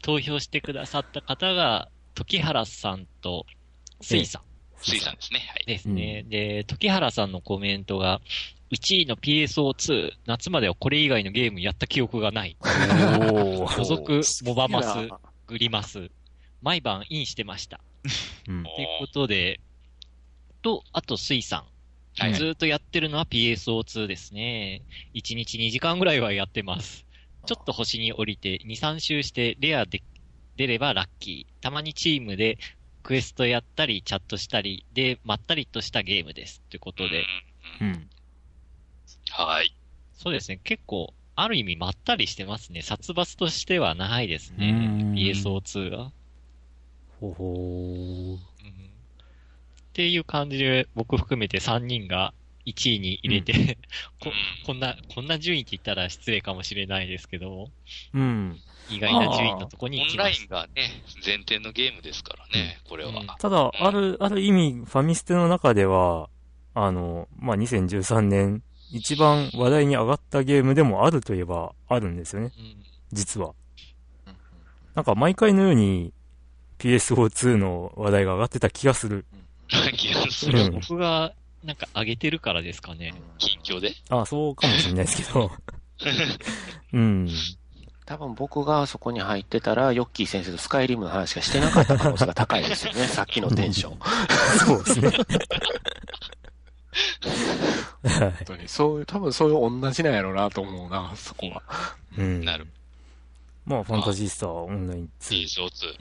Speaker 6: 投票してくださった方が、時原さんと、スイさん
Speaker 3: 水さんですね。はい。
Speaker 6: ですね。で、時原さんのコメントが、1位の PSO2、夏まではこれ以外のゲームやった記憶がない。
Speaker 2: おー
Speaker 6: 所属、モバマス、
Speaker 5: いいな
Speaker 6: グリマス、毎晩インしてました。
Speaker 2: うん
Speaker 6: ということで、と、あと、スイさん。
Speaker 3: はい
Speaker 6: ずーっとやってるのは PSO2 ですね。1日2時間ぐらいはやってます。ちょっと星に降りて、2、3周して、レアで、出ればラッキー。たまにチームで、クエストやったり、チャットしたり、で、まったりとしたゲームです。ということで、
Speaker 3: う
Speaker 2: うんん。
Speaker 3: はい。
Speaker 6: そうですね、結構、ある意味まったりしてますね。殺伐としてはないです
Speaker 2: う
Speaker 6: ね。
Speaker 2: ん
Speaker 6: PSO2 は。
Speaker 2: ほほ
Speaker 6: っていう感じで、僕含めて3人が1位に入れて、こ、 [laughs] こんな、こんな順位って言ったら失礼かもしれないですけども、
Speaker 2: ー。うん。
Speaker 6: 意外な順位のとこに行
Speaker 3: オ
Speaker 6: き
Speaker 3: ンラ
Speaker 6: ま
Speaker 3: イ
Speaker 6: し
Speaker 3: ンがね、前提のゲームですからね、これは。
Speaker 6: うん
Speaker 3: うん
Speaker 2: ただ、ある、ある意味、ファミステの中では、あの、まあ、2013年、一番話題に上がったゲームでもあるといえばあるんですよね、
Speaker 6: うん
Speaker 2: 実は。
Speaker 5: うん
Speaker 2: なんか毎回のように PSO2 の話題が上がってた気がする。
Speaker 3: [laughs] 気がす
Speaker 6: それ
Speaker 3: る。
Speaker 6: は僕が、なんか上げてるからですかね。
Speaker 3: 近況で
Speaker 2: あ、そうかもしれないですけ
Speaker 3: [laughs]
Speaker 2: ど。うん。
Speaker 5: 多分僕がそこに入ってたら、ヨッキー先生とスカイリムの話がしてなかった可能性が高いですよ [laughs] ね、さっきのテンション。
Speaker 2: そ
Speaker 5: 本
Speaker 2: う
Speaker 3: [laughs]
Speaker 2: ですね。は
Speaker 5: 当に。そういう、多分そういう同じなんやろうなと思うな、そこは。
Speaker 2: い。うん。
Speaker 3: なる
Speaker 2: まあ、ファンタジースターオンライン
Speaker 3: PSO2
Speaker 6: う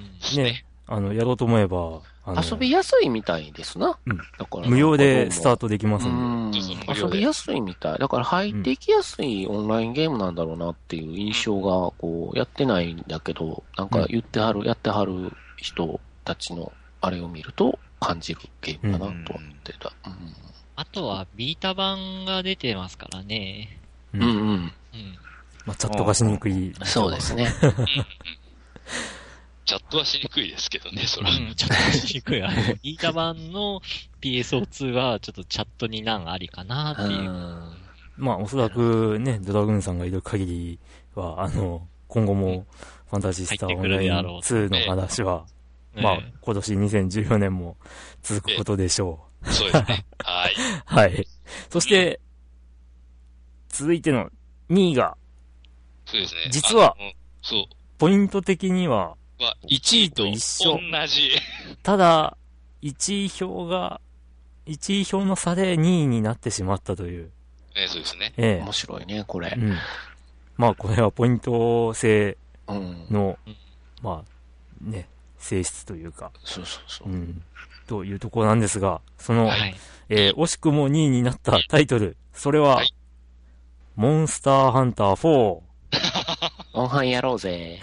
Speaker 6: ん
Speaker 3: です
Speaker 2: 2。
Speaker 3: ね。
Speaker 2: ね。あの、やろうと思えば、あの
Speaker 5: 遊びやすいみたいですな。
Speaker 2: うん
Speaker 5: だから
Speaker 2: 無料でスター
Speaker 5: ト
Speaker 2: トできます
Speaker 5: うんん
Speaker 3: そうそう無料
Speaker 5: 遊
Speaker 3: で
Speaker 5: びやすいみたい。だから入っていきやすいオンラインゲームなんだろうなっていう印象が、こう、やってないんだけど、なんか言ってはる、やってはる人たちのあれを見ると感じるゲームだなと思ってた。
Speaker 6: あとは、ビータ版が出てますからね。
Speaker 2: うん
Speaker 5: うん。うんうん。
Speaker 6: うん。
Speaker 2: で。まあ、チャットがしにくい。
Speaker 5: そうですね。
Speaker 3: うんうんチャットはしにくいですけどね、そら。
Speaker 6: うん、 [laughs] ちょっとしにくい。あの [laughs] ビータ版の PSO2 は、ちょっとチャットに難ありかなっていう。
Speaker 2: まあ、おそらくね、ドラグーンさんがいる限りは、あの、今後も、ファンタジースターオンライン2の話は、まあ
Speaker 6: ええ、
Speaker 2: 今年2014年も続くことでしょ
Speaker 3: [laughs] そうですね。はい。
Speaker 2: う。はい。そして、続いての2位が、
Speaker 3: そうですね。
Speaker 2: 実は
Speaker 3: あの、そう。
Speaker 2: ポイント的には、
Speaker 3: は、1位と
Speaker 2: 一緒
Speaker 3: 同じ。
Speaker 2: ただ、1位票が、1位票の差で2位になってしまったという。
Speaker 3: えそうです
Speaker 2: [laughs]
Speaker 3: ね。
Speaker 2: え
Speaker 5: 面白いね、こ
Speaker 2: え。
Speaker 5: れ
Speaker 2: う。ん。まあ、これはポイント制
Speaker 5: うん。
Speaker 2: の
Speaker 6: うん、
Speaker 2: まあ、ね、性質というか、
Speaker 5: そうそうそうう。
Speaker 2: ん、というところなんですが、その、
Speaker 6: はい。
Speaker 2: えー惜しくも2位になったタイトル、それは、
Speaker 3: はい
Speaker 2: モンスターハンター4。
Speaker 5: モンハンやろう [laughs] ぜ。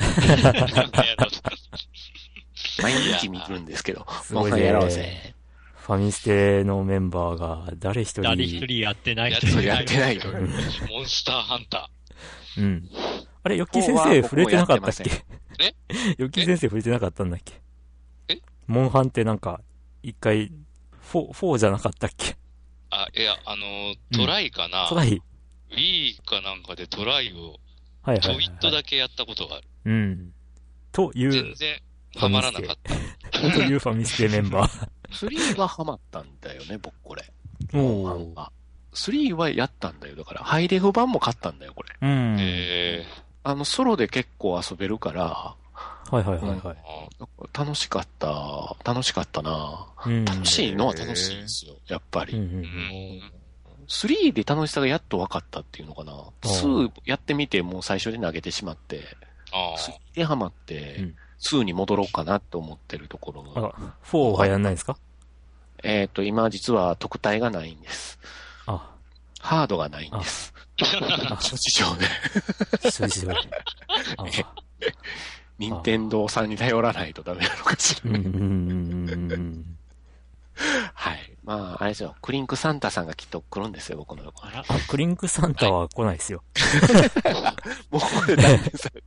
Speaker 5: 毎日見るんですけど、
Speaker 2: す
Speaker 5: モ
Speaker 2: ご
Speaker 5: ン
Speaker 2: い
Speaker 5: ハン
Speaker 2: ね
Speaker 5: やろうぜ。
Speaker 2: ファミステのメンバーが誰一人、
Speaker 6: 誰一人やってない
Speaker 5: そ
Speaker 6: と
Speaker 5: れ
Speaker 6: いう
Speaker 5: やって [laughs] ないよ。
Speaker 3: モンスターハンタ
Speaker 2: うん。あれ、ヨッキー先
Speaker 5: 4は
Speaker 2: 生触れてなかったっけ
Speaker 5: 僕もや
Speaker 2: [laughs] ヨッキー先生触れてなかったんだっけ
Speaker 3: え
Speaker 2: モンハンってなんか、一回、4、4じゃなかったっけ
Speaker 3: ー。あ、いや、あの、トライかな、
Speaker 2: トライ
Speaker 3: ?Wii かなんかでトライを、
Speaker 2: はい
Speaker 3: ち
Speaker 2: はい
Speaker 3: ょ
Speaker 2: はいい、
Speaker 3: っとだけやったことがある。
Speaker 2: うん。という
Speaker 3: [laughs] 全、然、ハマらなかった。
Speaker 2: というファミステメンバー。
Speaker 5: 3はハマったんだよね、僕これ。モンハン
Speaker 2: お
Speaker 5: は。3はやったんだよ。だから、ハイレフ版も買ったんだよ、これ。
Speaker 2: うん。
Speaker 3: え
Speaker 5: あの、ソロで結構遊べるから、
Speaker 2: はいはいはいは
Speaker 3: ー
Speaker 2: い。
Speaker 3: あ
Speaker 5: 楽しかった、楽しかったな。
Speaker 2: うん。
Speaker 5: 楽しいのは楽しいんですよ、やっぱ
Speaker 2: うん
Speaker 5: り。
Speaker 2: う
Speaker 3: うんん。
Speaker 5: 3で楽しさがやっと分かったっていうのかな。2やってみて、もう最初で投げてしまって、
Speaker 3: ああ。
Speaker 5: 3でハマって
Speaker 2: うん、
Speaker 5: 2に戻ろうかなと思ってるとこ
Speaker 2: あ
Speaker 5: ろ。
Speaker 2: ら、4はやんないんですか
Speaker 5: えっと、今実は特待がないんです。
Speaker 2: あ、
Speaker 5: ハードがないんです。
Speaker 2: あ、
Speaker 5: 諸事情で。
Speaker 2: 所持上。あ、
Speaker 5: 任天堂さんに頼らないとダメなのかし
Speaker 2: う
Speaker 5: ら
Speaker 2: んう
Speaker 5: ね。
Speaker 2: んうんうんうん。
Speaker 5: はい。まあ、あれですよ。クリンクサンタさんがきっと来るんですよ、僕の横
Speaker 6: あ
Speaker 5: に。
Speaker 6: ら、
Speaker 2: あ、 [laughs] クリンクサンタは来ないですよ。
Speaker 5: もうこれ断念され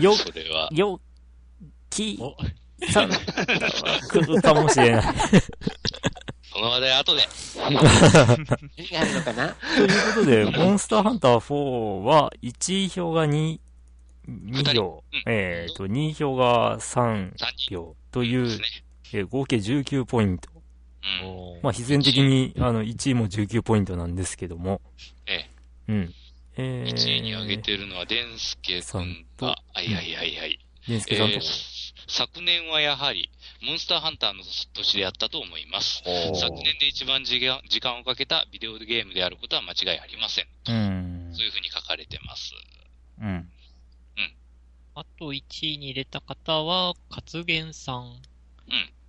Speaker 2: よ、
Speaker 3: それは、
Speaker 2: よ、き、
Speaker 6: お、
Speaker 2: さん、来るかもしれ [laughs] ない。
Speaker 3: その話題後で。
Speaker 5: 意味あるのかな
Speaker 2: ということで、モンスターハンター4は、1位票が2、2票
Speaker 3: 二人、
Speaker 2: えっと、2票が3
Speaker 3: 3人
Speaker 2: 票とい
Speaker 3: で
Speaker 2: う
Speaker 3: す、ね。
Speaker 2: えー合計19ポイント。
Speaker 3: うん。
Speaker 6: お
Speaker 2: まあ、必然的に、あの、1位も19ポイントなんですけども。
Speaker 3: え
Speaker 2: うん。えー、
Speaker 3: 1位に上げてるのは、デンスケ君と、
Speaker 2: さん
Speaker 3: あ
Speaker 2: と、
Speaker 3: はいはいはいはい。
Speaker 2: デンスケ
Speaker 3: え
Speaker 2: さんと
Speaker 3: ー昨年はやはり、モンスターハンターの年であったと思います。昨年で一番時間時間をかけたビデオゲームであることは間違いありません。
Speaker 2: うん
Speaker 3: そういうふうに書かれてます。
Speaker 2: うん。
Speaker 6: あと1位に入れた方は、勝元さん。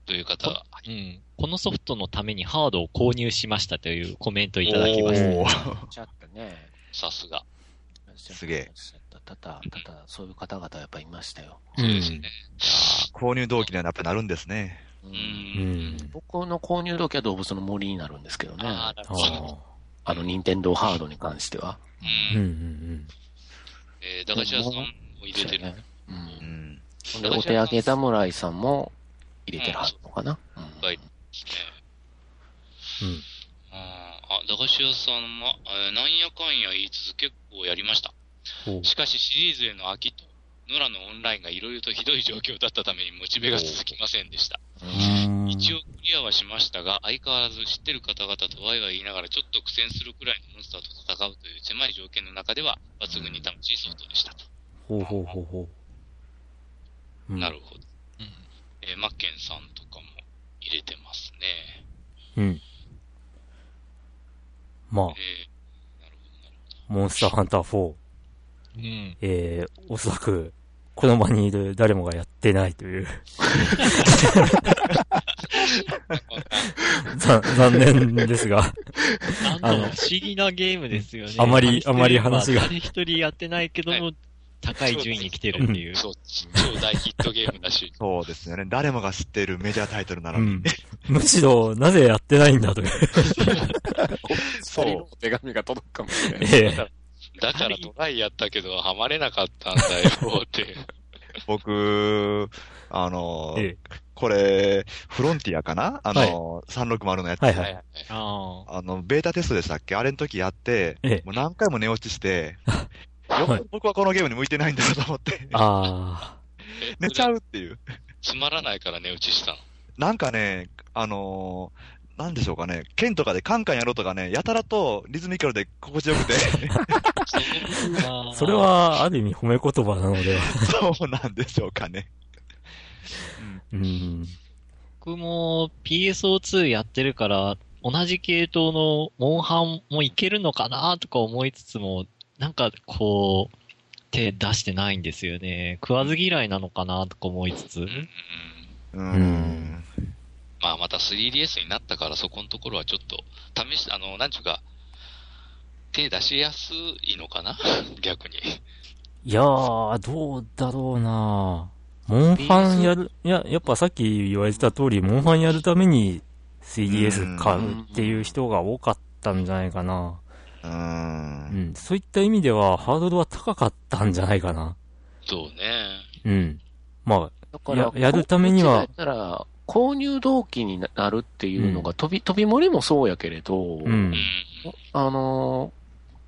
Speaker 3: という方が。
Speaker 6: うん。このソフトのためにハードを購入しましたというコメントをいただきました。
Speaker 4: おー
Speaker 5: ちゃったね。
Speaker 3: さすが。
Speaker 5: す
Speaker 4: げえ。
Speaker 5: ただ、ただ、そういう方々やっぱいましたよ。
Speaker 2: う
Speaker 3: そ
Speaker 2: ん
Speaker 3: うですね。
Speaker 4: 購入動機にはやっぱなるんですね。
Speaker 5: う
Speaker 3: うんん。
Speaker 5: 僕の購入動機は動物の森になるんですけどね。
Speaker 3: あ
Speaker 5: あ
Speaker 3: あ、なる
Speaker 2: あ
Speaker 3: ほど。
Speaker 2: あ。
Speaker 5: の、任天堂ハードに関しては。
Speaker 3: う
Speaker 2: うん
Speaker 3: ん。
Speaker 2: うん
Speaker 3: えー、駄菓子屋さんを入れてる。
Speaker 5: ね。う。
Speaker 4: うんん。。
Speaker 5: ほんで、お手上げ侍さんも入れてるはずのかな。うん
Speaker 3: はい。
Speaker 2: うん。
Speaker 3: うんあ、駄菓子屋さんは、えーなんやかんや言い続け、結構やりました。
Speaker 2: ほう
Speaker 3: しかしシリーズへの飽きと、ノラのオンラインがいろいろとひどい状況だったためにモチベが続きませんでした。
Speaker 2: うん。
Speaker 3: 一応クリアはしましたが、相変わらず知ってる方々とワイワイ言いながらちょっと苦戦するくらいのモンスターと戦うという狭い条件の中では、抜群に楽しいソフトでしたと。
Speaker 2: ほうほうほうほう。
Speaker 3: なる
Speaker 2: ほ
Speaker 3: ほど。
Speaker 6: うん
Speaker 3: えーマッケンさんとかも入れてますね。
Speaker 2: ど。うん。まあ
Speaker 3: え、ーなるほどなるほど。
Speaker 2: モンスターハンター4、
Speaker 6: うん。
Speaker 2: えー、おそらく、この場にいる誰もがやってないという、 [laughs] ざ残念です
Speaker 3: [laughs]
Speaker 2: が、
Speaker 6: なんか
Speaker 2: あ
Speaker 6: 不
Speaker 2: の
Speaker 6: 思議なゲームですよね。
Speaker 2: あまりあまり話が
Speaker 6: 誰一人やってないけども、高い順位に来てるっていう。
Speaker 3: そう、超大ヒットゲームだし
Speaker 4: そうですよね。誰もが知っているメジャータイトルな
Speaker 2: う
Speaker 4: のに
Speaker 2: ん。。むしろ、なぜやってないんだと
Speaker 3: [laughs]
Speaker 2: いう、
Speaker 5: そう。二人のお手紙が届くかもし
Speaker 2: え
Speaker 5: れない。
Speaker 2: ー
Speaker 3: だからトライやったけど、ハマれなかったんだよって。
Speaker 4: 僕、あの、
Speaker 2: え
Speaker 4: これ、フロンティアかなあの、360のやつ。
Speaker 2: ーはいはい。
Speaker 6: あ
Speaker 4: あの、ベータテストでしたっけあれの時やって、
Speaker 2: ええ
Speaker 4: もう何回も寝落ちして、
Speaker 2: [laughs] はい
Speaker 4: よっぽど僕はこのゲームに向いてないんだろうと思って、
Speaker 2: あ
Speaker 4: 寝ちゃうっていう。
Speaker 3: つまらないから寝落ちしたの。
Speaker 4: なんかね、あのーなんでしょうかね、剣とかでカンカンやろうとかね、やたらとリズミカルで心地よくて、
Speaker 3: [laughs] その
Speaker 2: それ、は、ある意味褒め言葉なのでは。
Speaker 4: そうなんでしょうかね。
Speaker 2: [laughs] うん。
Speaker 6: 僕も PSO2 やってるから、同じ系統のモンハンもいけるのかなとか思いつつも、なんかこう、手出してないんですよね。食わず嫌いなのかなとか思いつつ
Speaker 3: うん、う。ん。
Speaker 4: う
Speaker 2: うん
Speaker 4: ん。
Speaker 3: まあまた 3DS になったからそこのところはちょっと、試し、あの、なんちゅうか、手出しやすいのかな [laughs] 逆に。
Speaker 2: いやー、どうだろうなモンハンやる、いや、やっぱさっき言われてた通り、モンハンやるために 3DS 買うっていう人が多かったんじゃないかな。
Speaker 4: う。
Speaker 2: うんん。そういった意味では、ハードルは高かったんじゃないかな。
Speaker 3: そうね。
Speaker 2: うん。ま
Speaker 5: だから、
Speaker 2: ややるためには
Speaker 5: こっちがやったら、購入動機になるっていうのが、飛び、飛び森もそうやけれど、
Speaker 2: あ、うん
Speaker 3: うん。。
Speaker 5: あのー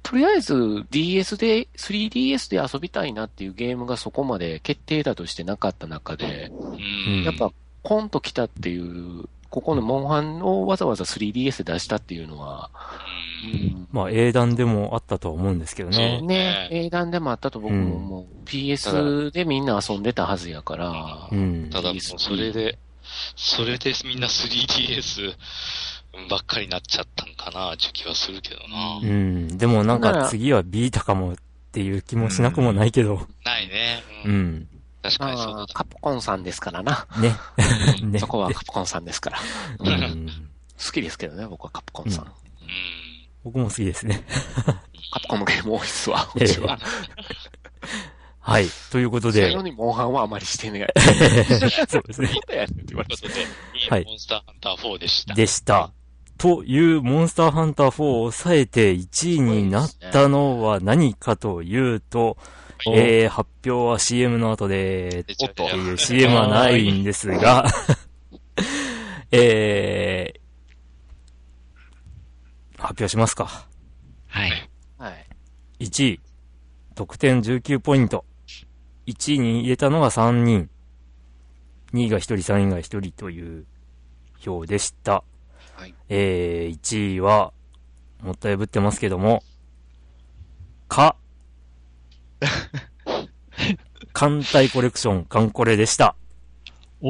Speaker 5: とりあえず DS で、3DS で遊びたいなっていうゲームがそこまで決定だとしてなかった中で、
Speaker 3: うん。
Speaker 5: やっぱコンと来たっていう、ここのモンハンをわざわざ 3DS で出したっていうのは、
Speaker 3: う
Speaker 5: うんん
Speaker 2: まあ、英断でもあったとは思うんですけどね。
Speaker 5: ね、英断でもあったと僕も
Speaker 2: うん
Speaker 5: もう PS でみんな遊んでたはずやから、
Speaker 2: うん。
Speaker 3: ただもう
Speaker 5: PSP
Speaker 3: それで、それでみんな 3DS ばっかりになっちゃったんかな、っていう気はするけどな。
Speaker 2: うん。でもなん
Speaker 5: な
Speaker 2: から次はビータかもっていう気もしなくもないけど。
Speaker 3: ないね。う。
Speaker 2: うんん。
Speaker 3: 確かにそう
Speaker 5: ま
Speaker 3: だ
Speaker 5: あ、。カプコンさんですからな。
Speaker 2: ね。ね
Speaker 5: そこはカプコンさんですから。
Speaker 2: う
Speaker 5: 好
Speaker 2: ん。
Speaker 5: きですけどね、僕はカプコンさん。
Speaker 2: うん
Speaker 3: うん。
Speaker 2: 僕も好きですね。
Speaker 5: カプコンのゲーム多いっすわ、うちは。
Speaker 2: はい。ということ
Speaker 5: それ
Speaker 2: で
Speaker 5: よ。にモンハンはあまりしてない。
Speaker 2: [laughs] そうですね。
Speaker 5: ことやねんって言われ
Speaker 3: とい
Speaker 5: て
Speaker 3: うことで、
Speaker 2: はい
Speaker 3: モンスターハンター4でした。
Speaker 2: でした。という、モンスターハンター4を抑えて1位になったのは何かというと、えー、発表は CM の後で、
Speaker 3: で
Speaker 4: おっ
Speaker 3: じゃ
Speaker 4: と
Speaker 3: あ
Speaker 2: っていう CM はないんです
Speaker 5: [laughs]
Speaker 2: が、えー、発表しますか。
Speaker 6: はい。
Speaker 5: はい。
Speaker 2: 1位、得点19ポイント。1位に入れたのが3人。2位が1人、3位が1人という表でした。
Speaker 5: はい
Speaker 2: えー、1位は、もったいぶってますけども、か、艦隊コレクション、艦コレでした。
Speaker 6: おー。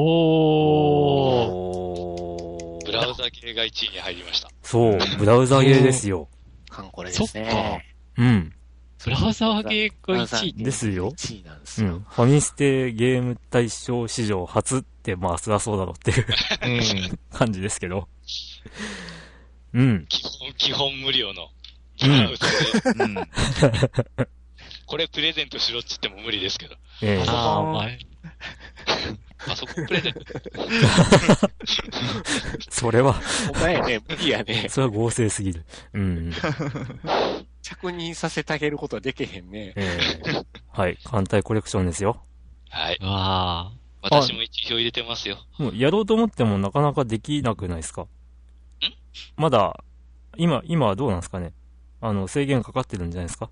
Speaker 2: お
Speaker 3: ブラウザ系が1位に入りました。
Speaker 2: そう、ブラウザゲーですよ。
Speaker 5: カンコレですね。
Speaker 2: うん。
Speaker 6: ブラウザーゲーが1位
Speaker 2: で。すよ。
Speaker 5: 1位なんです
Speaker 2: う
Speaker 5: よ。
Speaker 2: ん。ファミステゲーム大賞史上初って、まあ、そりゃそうだろうっていう
Speaker 6: うん。
Speaker 2: 感じですけど。うん。
Speaker 3: 基本、基本無料の。ブラウザで
Speaker 4: うん。
Speaker 3: [laughs] これプレゼントしろって言っても無理ですけど。
Speaker 2: ええ
Speaker 6: あー、お前。。
Speaker 3: パソコンプレゼント。
Speaker 2: それは、
Speaker 5: お前ね、無理やね。
Speaker 2: それは合成すぎる。うん。
Speaker 5: 着任させてあげることはできへんね。
Speaker 2: ええはい。艦隊コレクションですよ。
Speaker 3: はいう
Speaker 6: わ
Speaker 3: 私も1票入れてますよ。
Speaker 2: もう、やろうと思ってもなかなかできなくないですかまだ、今、今はどうなんですかねあの、制限かかってるんじゃないですか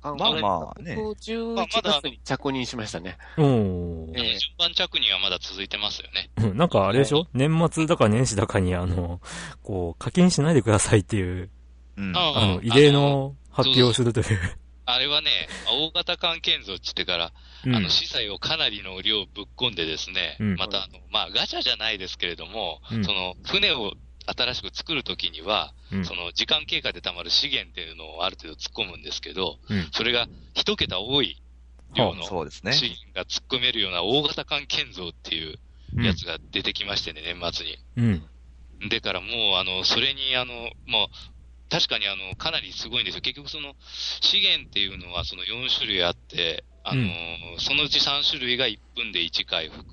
Speaker 5: まあ
Speaker 4: まあまあね
Speaker 5: 僕11月に着任しましたね。
Speaker 2: おー。
Speaker 5: ええ
Speaker 3: 順番着任はまだ続いてますよね。
Speaker 2: うん [laughs] なんかあれでしょ年末だか年始だかに、あの、こう、課金しないでくださいっていう、
Speaker 4: うん
Speaker 3: あ
Speaker 2: あの、異例の発表をするという。
Speaker 3: あれはね、大型艦建造って言ってから、
Speaker 2: うん
Speaker 3: あの、資材をかなりの量ぶっ込んでですね、
Speaker 2: うん
Speaker 3: また、あの、まあ、ガチャじゃないですけれども、
Speaker 2: うん
Speaker 3: その、船を新しく作るときには、
Speaker 2: うん
Speaker 3: その、時間経過で貯まる資源っていうのをある程度突っ込むんですけど、
Speaker 2: うん
Speaker 3: それが一桁多い量の
Speaker 4: そうですね。
Speaker 3: 資源が突っ込めるような大型艦建造っていうやつが出てきましてね、年末に。
Speaker 2: うん。
Speaker 3: だからもう、あの、それに、あの、まあ、確かに、あの、かなりすごいんですよ。結局、その、資源っていうのは、その4種類あって、あの、
Speaker 2: う
Speaker 3: そのうち3種類が1分で1回復。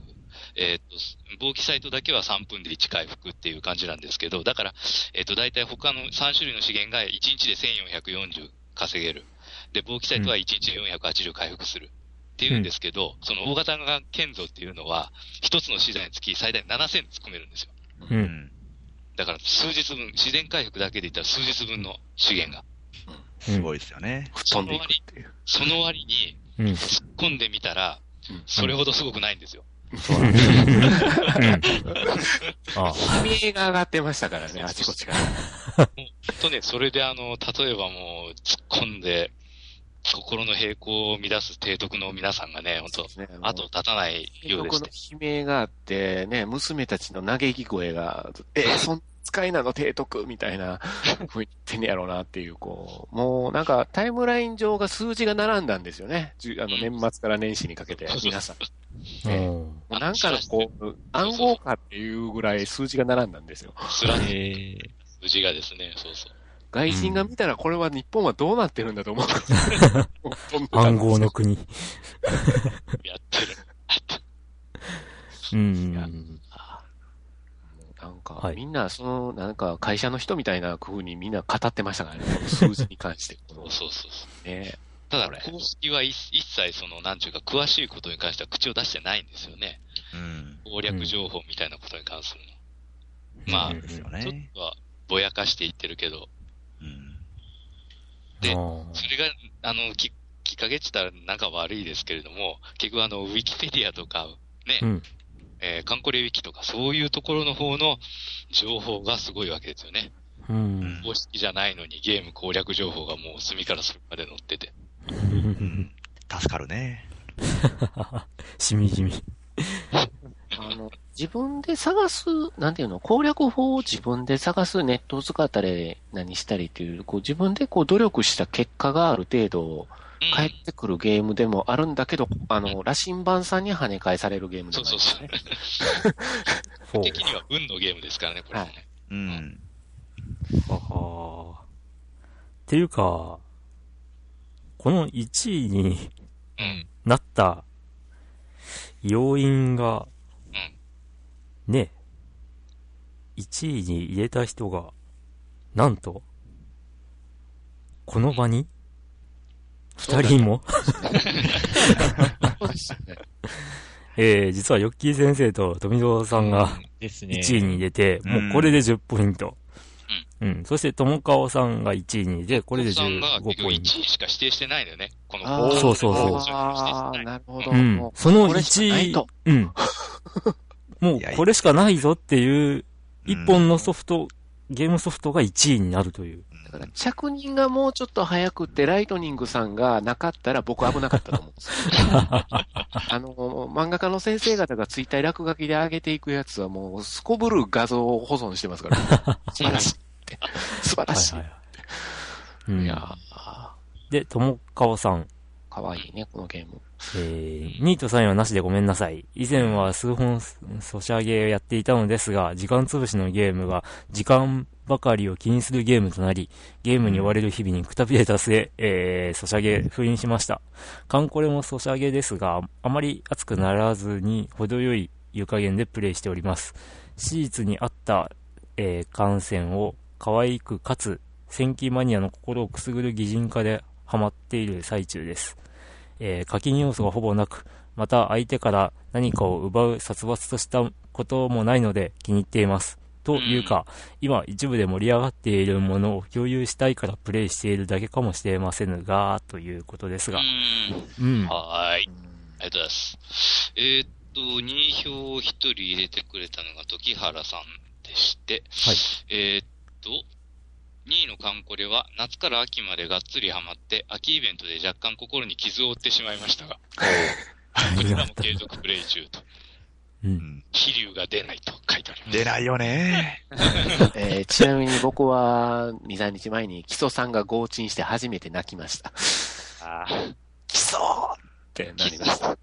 Speaker 3: えっ、と、防気サイトだけは3分で1回復っていう感じなんですけど、だから、えっ、と、大体他の3種類の資源が1日で1440稼げる。で、防気サイトは1日で480回復する。っていうんですけど、その大型が建造っていうのは、一つの資材につき最大7000突っ込めるんですよ。
Speaker 2: う。
Speaker 4: うんん。
Speaker 3: だから数日分、自然回復だけで言ったら数日分の資源が。
Speaker 4: すごいですよね。
Speaker 5: 吹っ飛んでいくっていう。
Speaker 3: その割に、
Speaker 2: うん。
Speaker 3: 突っ込んでみたら、それほどすごくないんですよ。
Speaker 2: あ
Speaker 5: 悲鳴が上がってましたからね、あちこちから。
Speaker 3: とね、それであの、例えばもう突っ込んで、心の平行を乱す提督の皆さんがね、本
Speaker 5: そうですね
Speaker 3: 当後を絶たないようで
Speaker 5: 僕
Speaker 3: し
Speaker 5: の
Speaker 3: て。
Speaker 5: 悲鳴があって、ね、娘たちの嘆き声が、
Speaker 3: [laughs]
Speaker 5: えー、そんな使いなの、提督みたいな、ふうに言ってんねやろうなっていう、こう、もうなんかタイムライン上が数字が並んだんですよね。じゅあの年末から年始にかけて
Speaker 3: そう、そう
Speaker 5: 皆さん。
Speaker 2: あ。うん
Speaker 5: [laughs] もうなんかのこう、暗号化っていうぐらい数字が並んだんですよ。
Speaker 3: すらね、
Speaker 6: えー
Speaker 3: 無事がですね、そうそう。
Speaker 5: 外人が見たらこれは日本はどうなってるんだと
Speaker 3: [laughs]
Speaker 5: 思う。 [laughs]
Speaker 2: 暗号の。国。
Speaker 3: やってる。
Speaker 2: うん
Speaker 5: いや
Speaker 2: うん。
Speaker 5: なんか、
Speaker 2: はい
Speaker 5: みんな、その、なんか、会社の人みたいな風にみんな語ってまし
Speaker 2: [laughs]
Speaker 5: たからね、この数字に関して。
Speaker 3: そうそうそうそう。
Speaker 5: ね、
Speaker 3: ただ
Speaker 5: これ、
Speaker 3: 公式は一一切その、なんちゅうか、詳しいことに関しては口を出してないんですよね。
Speaker 4: うん。
Speaker 3: 攻略情報みたいなことに関するの。
Speaker 2: う
Speaker 3: ま
Speaker 2: ん
Speaker 4: ですよ
Speaker 3: あ、ちょっ
Speaker 4: ね。
Speaker 3: とはぼやかしていってるけど、
Speaker 4: うん。
Speaker 3: で
Speaker 2: あ
Speaker 3: それが、あの、き、きっかけって言ったらなんか悪いですけれども、結局あの、ウィキペディアとか、ね、
Speaker 2: うん
Speaker 3: えーカンコレウィキとか、そういうところの方の情報がすごいわけですよね。
Speaker 2: あ。うん。
Speaker 3: 公式じゃないのにゲーム攻略情報がもう隅から隅まで載ってて。
Speaker 4: うん助かるね。
Speaker 2: [laughs] しみじみ。
Speaker 5: あの、自分で探す、なんていうの、攻略法を自分で探す、ネットを使ったり、何したりっていう、こう、自分でこう、努力した結果がある程度、
Speaker 3: うん
Speaker 5: 返ってくるゲームでもあるんだけど、あの、羅針盤さんに跳ね返されるゲームで
Speaker 3: そ
Speaker 5: も
Speaker 3: う
Speaker 5: あ
Speaker 3: そ
Speaker 5: る
Speaker 3: うそう。
Speaker 2: ほう
Speaker 3: 的には運のゲームですからね、これはね。
Speaker 4: うん。
Speaker 2: はあ。っていうか、この1位に
Speaker 3: うん。
Speaker 2: なった要因が、ね、1位に入れた人が、なんと、この場に、2人も、
Speaker 5: そうですね。
Speaker 2: えー、実はヨッキー先生と富蔵さんが
Speaker 6: ですね。
Speaker 2: 1位に入れて、
Speaker 4: うん
Speaker 2: もうこれで10ポイント。うん。そして、友川さんが1位に入れて、これで
Speaker 3: さんが
Speaker 2: 15
Speaker 3: 結
Speaker 2: ポ
Speaker 3: 局
Speaker 2: イ
Speaker 3: 1
Speaker 2: ント。
Speaker 3: 位しか指定してないんだよね。この
Speaker 5: あー
Speaker 2: そうそうそう
Speaker 5: ああ、なるほど。
Speaker 2: うん
Speaker 5: も。
Speaker 2: その
Speaker 5: これしかな
Speaker 2: 1
Speaker 5: い
Speaker 2: 位
Speaker 5: と、
Speaker 2: [laughs] うん。もうこれしかないぞっていう、一本のソフト、ゲームソフトが1位になるという。
Speaker 5: うだから着任がもうちょっと早くって、ライトニングさんがなかったら僕危なかったと思うんです
Speaker 2: [laughs]
Speaker 5: よ。あの、漫画家の先生方がツイッター落書きで上げていくやつはもうすこぶる画像を保存してま
Speaker 2: [laughs]
Speaker 5: すから。素晴らしいって。素晴らしい。
Speaker 2: はいは
Speaker 5: い
Speaker 2: いはい。うん、
Speaker 5: やー、
Speaker 2: で、友川さん、
Speaker 5: かわいいね、このゲーム。
Speaker 2: えー、2位と3位はなしでごめんなさい。以前は数本ソシャゲをやっていたのですが、時間潰しのゲームが時間ばかりを気にするゲームとなり、ゲームに追われる日々にくたびれた末、えー、ソシャゲ封印しました。カンコレもソシャゲですが、あまり熱くならずに程よい湯加減でプレイしております。史実に合った、えー、感染を可愛くかつ戦記マニアの心をくすぐる擬人化でハマっている最中です。えー課金要素がほぼなく、また相手から何かを奪う殺伐としたこともないので気に入っています。というか、今一部で盛り上がっているものを共有したいからプレイしているだけかもしれませんが、ということですが。
Speaker 3: う
Speaker 2: うん
Speaker 3: ん。。はーい。ありがとうございます。えーっと、2票を1人入れてくれたのが時原さんでして、
Speaker 2: はい
Speaker 3: えーっと、2位のカンコレは夏から秋までがっつりハマって、秋イベントで若干心に傷を負ってしまいましたが、こちらも継続プレイ中と、
Speaker 2: う。
Speaker 4: うんん
Speaker 3: 飛竜が出ないと書いてあります。
Speaker 4: 出ないよね。
Speaker 5: えーちなみに僕は2、3日前に木曽さんが合鎮して初めて泣きました。
Speaker 3: あー
Speaker 5: 木曽ってなりました。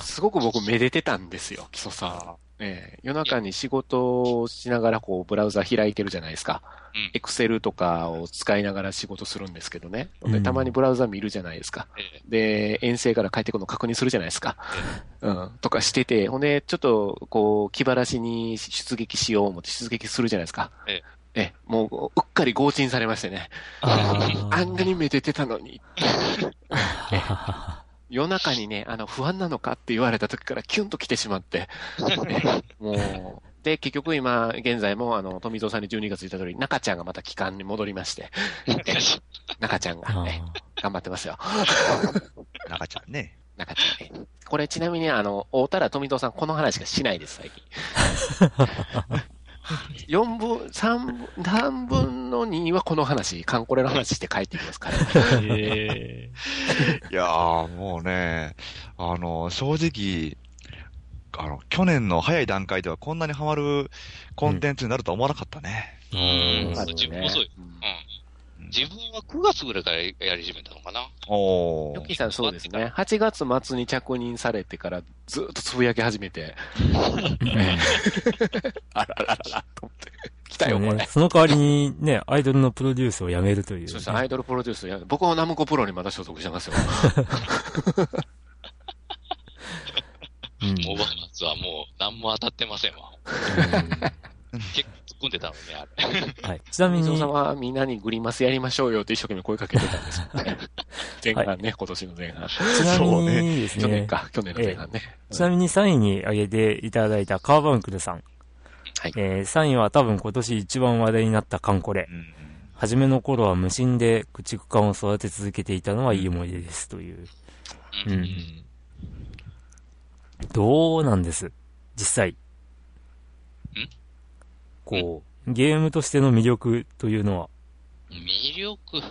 Speaker 5: すごく僕めでてたんですよ、木曽さん。ええ夜中に仕事をしながらこうブラウザ開いてるじゃないですか
Speaker 3: うん。
Speaker 5: エクセルとかを使いながら仕事するんですけどね。
Speaker 2: うん
Speaker 5: でたまにブラウザ見るじゃないですか。
Speaker 3: え
Speaker 5: で、遠征から帰ってくるの確認するじゃないですか。うん。とかしてて、ほんで、ちょっと、こう、気晴らしに出撃しよう思って出撃するじゃないですか。
Speaker 3: え
Speaker 5: ええ。もう、うっかり強鎮されましてね。
Speaker 2: あ
Speaker 5: あんなにめでてたのに。
Speaker 2: あ。
Speaker 5: 夜中にね、あの、不安なのかって言われた時からキュンと来てしまって。
Speaker 3: [laughs]
Speaker 5: もう、で、結局今、現在も、あの、富蔵さんに12月いた通り、中ちゃんがまた期間に戻り
Speaker 3: [laughs]
Speaker 5: まして、
Speaker 3: え
Speaker 5: 中ちゃん
Speaker 2: あ
Speaker 5: が、ね、頑張ってますよ。
Speaker 4: 中ちゃんね。
Speaker 5: なかったね。これちなみに、あの、大田原富藤さん、この話がしないです、最近。4分、3分、3分の2はこの話、カンコレの話して帰ってきま
Speaker 3: [laughs]
Speaker 5: すから。
Speaker 6: え
Speaker 4: いやー、もうね、あの、正直、あの、去年の早い段階ではこんなにハマるコンテンツになるとは思わなかったね。
Speaker 3: うん。
Speaker 5: まあ
Speaker 3: そう
Speaker 5: ね
Speaker 3: 自分もそうよ。
Speaker 5: うん
Speaker 3: うん。自分は9月ぐらいからやり始めたのかな。
Speaker 4: お
Speaker 5: ヨッ
Speaker 4: ー
Speaker 5: キーさんそうですね。8月末に着任されてからずっとつぶやき始めて、あらららら、と思って。来たよ、これ。
Speaker 2: その代わりにね、アイドルのプロデュースをやめるという、
Speaker 5: そうですね、アイドルプロデュースや、僕はナムコプロにまだ所属してます [laughs] よ。
Speaker 2: うん
Speaker 3: モバナツはもう何も当たってませんわ。結構突っ込んでたのね、あれ。
Speaker 2: はい、ちなみ
Speaker 5: 水尾
Speaker 2: に
Speaker 5: さん、はみんなにグリマスやりましょうよって一生懸命声かけてたんです [laughs] よね。前半ね、今年の前半。
Speaker 2: ちなみ
Speaker 4: そう
Speaker 2: にです
Speaker 5: 去年
Speaker 2: ね、
Speaker 5: か、去年の前半ね。
Speaker 2: ちなみに3位に挙げていただいたカーバンクルさん。
Speaker 5: はい
Speaker 2: えー3位は多分今年一番話題になったカンコレ
Speaker 4: う。ん
Speaker 2: 初めの頃は無心で駆逐艦を育て続けていたのはいい思い出ですという。
Speaker 3: う。
Speaker 2: うんん。どうなんです実際。こう、ゲームとしての魅力というのは。
Speaker 3: 魅力。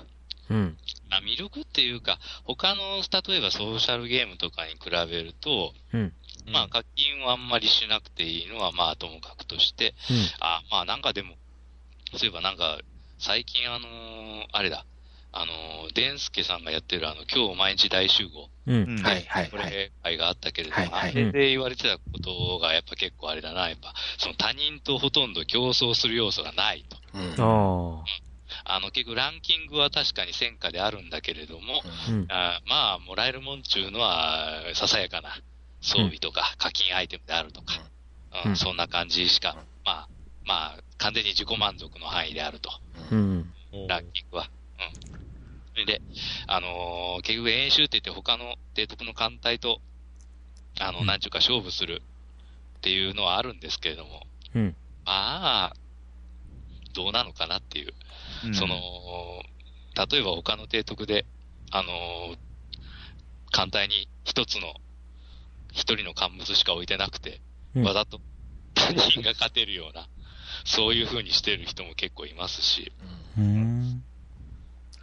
Speaker 2: うん。
Speaker 3: あ魅力っていうか、他の、例えばソーシャルゲームとかに比べると、
Speaker 2: うん。
Speaker 3: まあ課金をあんまりしなくていいのは、まあともかくとして、あ、まあなんかでも、そういえばなんか、最近あのーあれだ、あのー、デンスケさんがやってるあの、今日毎日大集合、
Speaker 2: うん。うん。
Speaker 4: うん
Speaker 5: はい、はい、
Speaker 3: こ
Speaker 5: はい。
Speaker 3: れ、会があったけれども、
Speaker 5: はいはい
Speaker 3: あれで言われてたことがやっぱ結構あれだな、やっぱ、その他人とほとんど競争する要素がないと。
Speaker 5: うん
Speaker 2: あ
Speaker 3: あの、結局ランキングは確かに戦果であるんだけれども、
Speaker 2: あ。うん。
Speaker 3: あーまあ、もらえるもんちゅうのは、ささやかな装備とか、課金アイテムであるとか、うん
Speaker 2: うん
Speaker 3: そんな感じしか、まあ、まあ、完全に自己満足の範囲であると、
Speaker 2: うん。
Speaker 6: ー
Speaker 3: ランキングは。うん。で、あのー結局演習って言って他の提督の艦隊と、あの、
Speaker 2: うん
Speaker 3: なんちゅうか勝負するっていうのはあるんですけれども、
Speaker 2: うん。
Speaker 3: まあ、どうなのかなっていう。
Speaker 4: うん
Speaker 3: その、例えば他の提督で、あのー艦隊に一つの、一人の乾物しか置いてなくて、
Speaker 2: うん
Speaker 3: わざと他人が勝てるような、そういう風にしてる人も結構いますし、
Speaker 2: うん。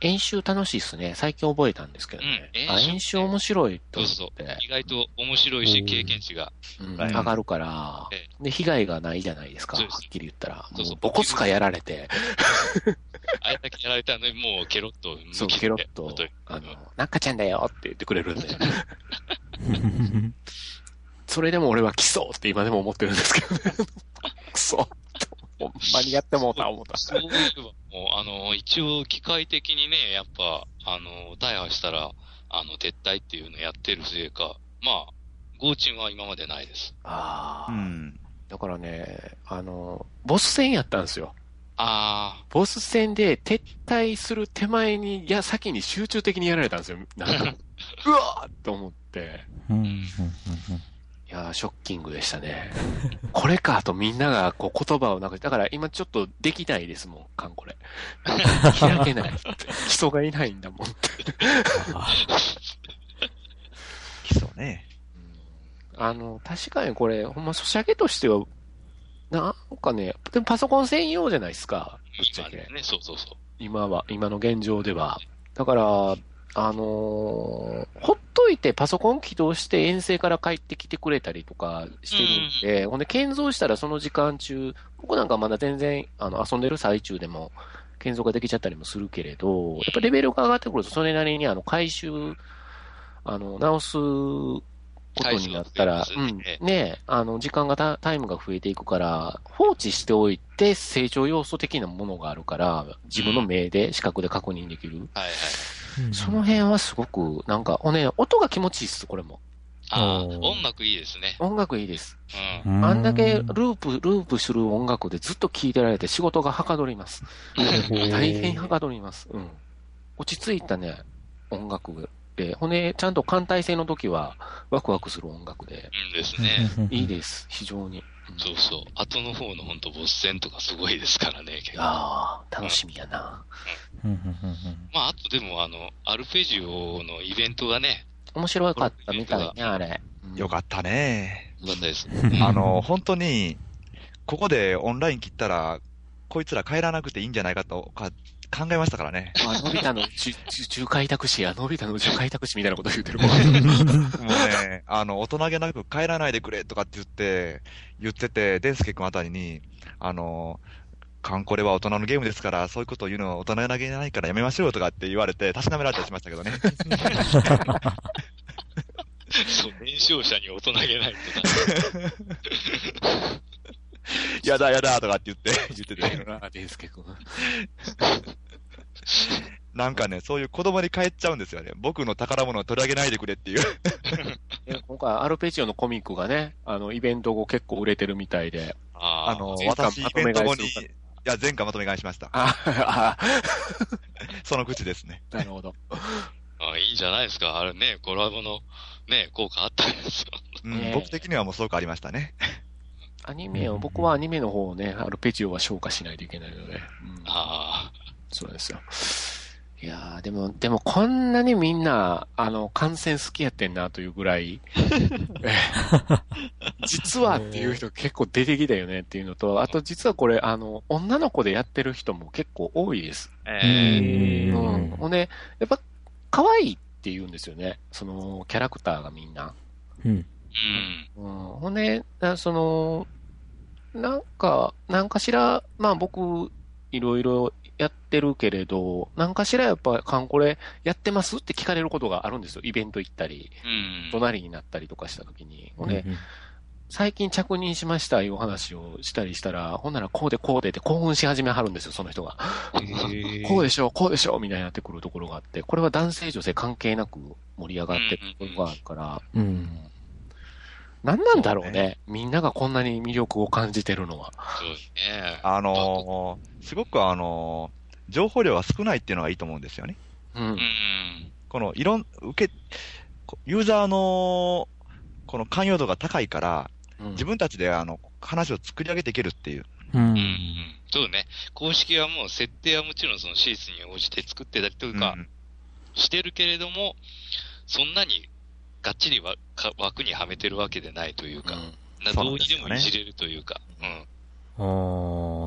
Speaker 5: 演習楽しいっすね。最近覚えたんですけどね。
Speaker 3: うん
Speaker 5: あ演
Speaker 3: 演
Speaker 5: 習
Speaker 3: 習
Speaker 5: 面白いと
Speaker 3: そうそう
Speaker 5: 思っ
Speaker 3: そう
Speaker 5: て、
Speaker 3: 意外と面白い
Speaker 2: お
Speaker 3: し、
Speaker 2: ー
Speaker 3: 経験値が、
Speaker 5: うん
Speaker 4: はい
Speaker 5: 上がるから
Speaker 3: え、
Speaker 5: で、被害がないじゃないですか。
Speaker 3: そ
Speaker 5: は
Speaker 3: う
Speaker 5: っ
Speaker 3: です
Speaker 5: きり言ったら。
Speaker 3: そうそう
Speaker 5: もうボコスカやられて。
Speaker 3: あれだけやられたのに、もうケロッと、
Speaker 5: そう、
Speaker 3: むきって
Speaker 5: ケロッと
Speaker 3: 本当に、
Speaker 5: あの、なんかちゃんだよって言ってくれるんで、それでも俺は来そうって今でも思ってるんです
Speaker 3: [laughs]
Speaker 5: けどね。くそ。ほんまにやってもうた、思った。
Speaker 3: そういえば、もう、あの、一応、機械的にね、やっぱ、あの、大破したら、あの、撤退っていうのやってるせいか、まあ、合賃は今までないです。
Speaker 5: あ
Speaker 4: う
Speaker 5: あ。
Speaker 4: ん。
Speaker 5: だからね、あの、ボス戦やったんですよ。
Speaker 3: あ
Speaker 5: ボス戦で撤退する手前に、いや、先に集中的にやられたんですよ。
Speaker 3: [laughs]
Speaker 5: なんか、うわーって思って。いやー、ショッキングでしたね。 [laughs] これかとみんながこう言葉をなんか、だから今ちょっとできないですもん、カンこれ。開けない。人がいないんだもん。 [laughs]
Speaker 4: 基礎ね。
Speaker 5: あの、確かにこれ、ほんま、ソシャゲとしては、なんかね、でもパソコン専用じゃないです
Speaker 3: あ、、
Speaker 5: かぶっちゃ
Speaker 3: 今
Speaker 5: け
Speaker 3: ね。、そうそうそう。
Speaker 5: 今は、今の現状では。だから、あのーほっといてパソコン起動して遠征から帰ってきてくれたりとかしてるんで、ほんで、建造したらその時間中、僕なんかまだ全然、あの、遊んでる最中でも、建造ができちゃったりもするけれど、やっぱレベルが上がってくると、それなりに、あの、回収、あの、直すことになったら
Speaker 3: 回、数が
Speaker 5: う
Speaker 3: 増え
Speaker 5: ん
Speaker 3: ますね、
Speaker 5: ね、あの、時間がた、タイムが増えていくから、放置しておいて成長要素的なものがあるから、自分の目で、視覚で確認できる。
Speaker 3: はいはい。
Speaker 5: その辺はすごく、なんか、おね、音が気持ちいいっす、これも。
Speaker 3: ああ、
Speaker 2: おー
Speaker 3: 音楽いいですね。
Speaker 5: 音楽いいです。
Speaker 3: うん。
Speaker 2: 辺
Speaker 5: あんだけループ、ループする音楽でずっと聴いてられて仕事がはかどります。大変はかどります。うん。落ち着いたね、音楽で。骨、ちゃんと艦隊戦の時は、ワクワクする音楽で。
Speaker 3: うんですね。
Speaker 5: いいです、非常に。うん
Speaker 3: そうそう。後の方の本当ボス戦とかすごいですからね、結構。ま
Speaker 5: ああ、楽しみやな。
Speaker 3: あ、あとでも、あの、アルペジオのイベントがね、
Speaker 5: 面白かったみたいね、あれ。
Speaker 4: よかったね。
Speaker 3: よかったです。
Speaker 4: あの、本当に、ここでオンライン切ったら、こいつら帰らなくていいんじゃないかとか考えましたからね。
Speaker 5: あのび [laughs] 太のじゅじゅ重開拓士や、のび太の重開拓士みたいなこと言ってるもん。
Speaker 4: もうね、あの、大人げなく帰らないでくれとかって言って、言ってて、デンスケ君あたりに、あの、カンコレは大人のゲームですから、そういうことを言うのは大人げないからやめましょうとかって言われて、確かめられたりしまし
Speaker 5: [laughs]
Speaker 4: たけどね。
Speaker 3: そう、年少者に大人げないとか。
Speaker 4: やだやだとかって言って、言って
Speaker 5: [laughs]
Speaker 4: て。
Speaker 5: な、デンスケ君。
Speaker 4: なんかね、そういう子供に帰っちゃうんですよね。僕の宝物を取り上げないでくれっていう。
Speaker 5: で今回、アルペジオのコミックがね、あの、イベント後結構売れてるみたいで。
Speaker 3: あ
Speaker 4: あの、
Speaker 5: 前回
Speaker 4: 私、イベント
Speaker 5: ま
Speaker 4: 後に、
Speaker 5: とめ買い
Speaker 4: い
Speaker 5: する
Speaker 4: や、前回まとめ買いしました。
Speaker 5: ああ、
Speaker 4: その口ですね。
Speaker 5: なるほど。
Speaker 3: あいいんじゃないですか。あれね、コラボの、ね、効果あったんですよ。 [laughs]
Speaker 4: うん
Speaker 5: ねえ
Speaker 4: 僕的にはもうすごくありましたね。
Speaker 5: アニメを、僕はアニメの方をね、アルペジオは消化しないといけないので。うん
Speaker 3: あ
Speaker 5: そうですよ。いやーでも、でもこんなにみんな、あの、感染好きやってんなというぐらい、 [laughs] 実はっていう人結構出てきたよねっていうのと、あと実はこれ、あの、女の子でやってる人も結構多いです。
Speaker 3: あ。え
Speaker 2: う
Speaker 5: うんん。ほんで、やっぱ、可愛いって言うんですよね。その、キャラクターがみんな。
Speaker 2: うん。
Speaker 3: ー、うん。
Speaker 5: うん、ほんで、なその、なんか、なんかしら、まあ僕、いろいろやってるけれど、なんかしらやっぱ、カンコレやってますって聞かれることがあるんですよ。イベント行ったり、
Speaker 3: うん。
Speaker 5: 隣になったりとかした時に。ほんで、
Speaker 2: うん
Speaker 5: 最近着任しましたいう話をしたりしたら、ほんならこうでこうでって興奮し始めはるんですよ、その人が。
Speaker 2: [laughs]
Speaker 5: こうでしょう、こうでしょう、みたいになってくるところがあって、これは男性女性関係なく盛り上がってるところがあるから、
Speaker 2: うん。
Speaker 5: 何なんだろう
Speaker 4: そう
Speaker 5: ね。みんながこんなに魅力を感じてるのは。
Speaker 3: そうですね。
Speaker 4: あのーすごくあのー情報量が少ないっていうのがいいと思うんですよね。
Speaker 5: う。
Speaker 3: うんん。
Speaker 4: この、いろん、受け、こユーザーの、この関与度が高いから、自
Speaker 5: 自分、
Speaker 4: 分たちであの、話を作り上げていけるっていう。
Speaker 2: う。
Speaker 3: うんん。そうね。公式はもう設定はもちろんそのシーズンに応じて作ってたりとか
Speaker 4: うん
Speaker 3: してるけれども、そんなにがっちりわか枠にはめてるわけでないというか、な
Speaker 4: そう
Speaker 3: ど
Speaker 4: なん
Speaker 3: うに
Speaker 4: です
Speaker 3: で
Speaker 4: よね
Speaker 3: もいじれるというか、う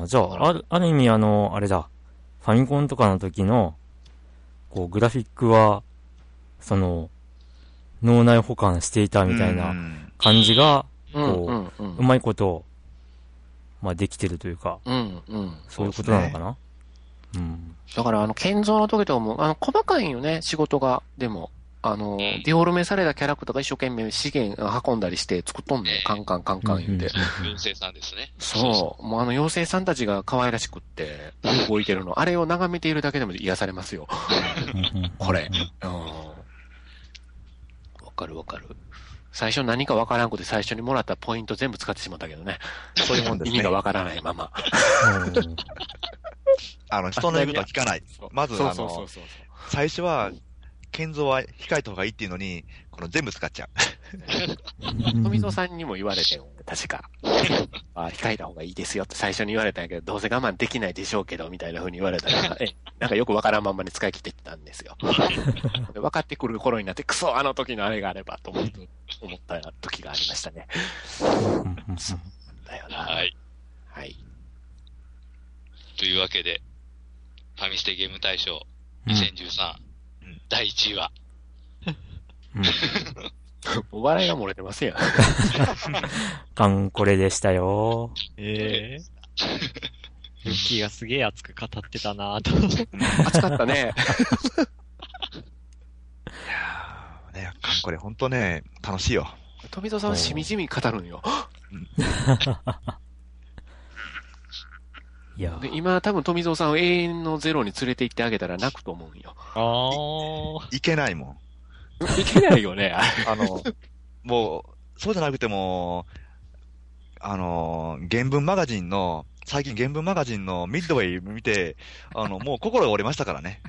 Speaker 3: ん。
Speaker 2: ああ、じゃあ、ある、ある意味、あの、あれだ、ファミコンとかの時の、こう、グラフィックは、その、脳内保管していたみたいな
Speaker 4: うん
Speaker 2: 感じが、
Speaker 5: うん、
Speaker 2: こう
Speaker 5: うん、う。
Speaker 2: うんまいこと、まあ、できてるというか、
Speaker 5: うん、うん。
Speaker 2: そういうことなのかなうん。
Speaker 5: だから、あの、建造の時とかも、あの、細かいんよね、仕事が。でも、あの、ディオールメされたキャラクターが一生懸命資源運んだりして作っとんねん。カンカンカンカン言うて。
Speaker 3: 妖精さんですね。
Speaker 5: そう。もうあの妖精さんたちが可愛らしくって、動いてるの。あれを眺めているだけでも癒されますよ。これ。うん。わかるわかる。最初何かわからんくて最初にもらったポイント全部使ってしまったけどね。
Speaker 4: そういうもんです
Speaker 5: 意
Speaker 4: ね。
Speaker 5: 味がわからないまま。
Speaker 2: うん
Speaker 4: あの、人の言うことは聞かない。まず、
Speaker 5: そう
Speaker 4: あ
Speaker 5: そうそ
Speaker 4: の
Speaker 5: う、そうそ
Speaker 4: 最初は、建造は控えた方がいいっていうのに、この全部使っちゃう。
Speaker 5: う。富蔵さんにも言われて確
Speaker 4: [laughs]
Speaker 5: か。あ控えた方がいいですよって最初に言われたんやけど、どうせ我慢できないでしょうけど、みたいな風に言われた
Speaker 4: [laughs]
Speaker 5: ら、えなんかよくわからんまんまに使い切ってたんですよ。で分かってくる頃になって、クソ、あの時のあれがあれば、と思って思った時がありましたね。だよな。
Speaker 3: は。い。
Speaker 5: はい。
Speaker 3: というわけで、ファミステゲーム大賞
Speaker 2: うん
Speaker 3: 2013、
Speaker 4: うん
Speaker 3: 第1位は、
Speaker 2: うん
Speaker 5: お笑いが漏れてますやん。
Speaker 2: ガンこれでしたよ。
Speaker 6: ええユッキーがすげえ熱く語ってたなぁと。
Speaker 5: 暑かっ
Speaker 2: [laughs]
Speaker 5: たね。
Speaker 4: いやーね、これ本当ね、楽しいよ。
Speaker 5: 富蔵さんはしみじみ語るんよ。
Speaker 2: いや
Speaker 5: で、今多分富蔵さんを永遠のゼロに連れて行ってあげたら泣くと思うんよ。
Speaker 6: あー。
Speaker 4: いけないもん。
Speaker 5: いけないよね。あれ
Speaker 4: あの、もう、そうじゃなくても、あの、原文マガジンの、最近原文マガジンのミッドウェイ見て、あの、もう心が折れましたからね。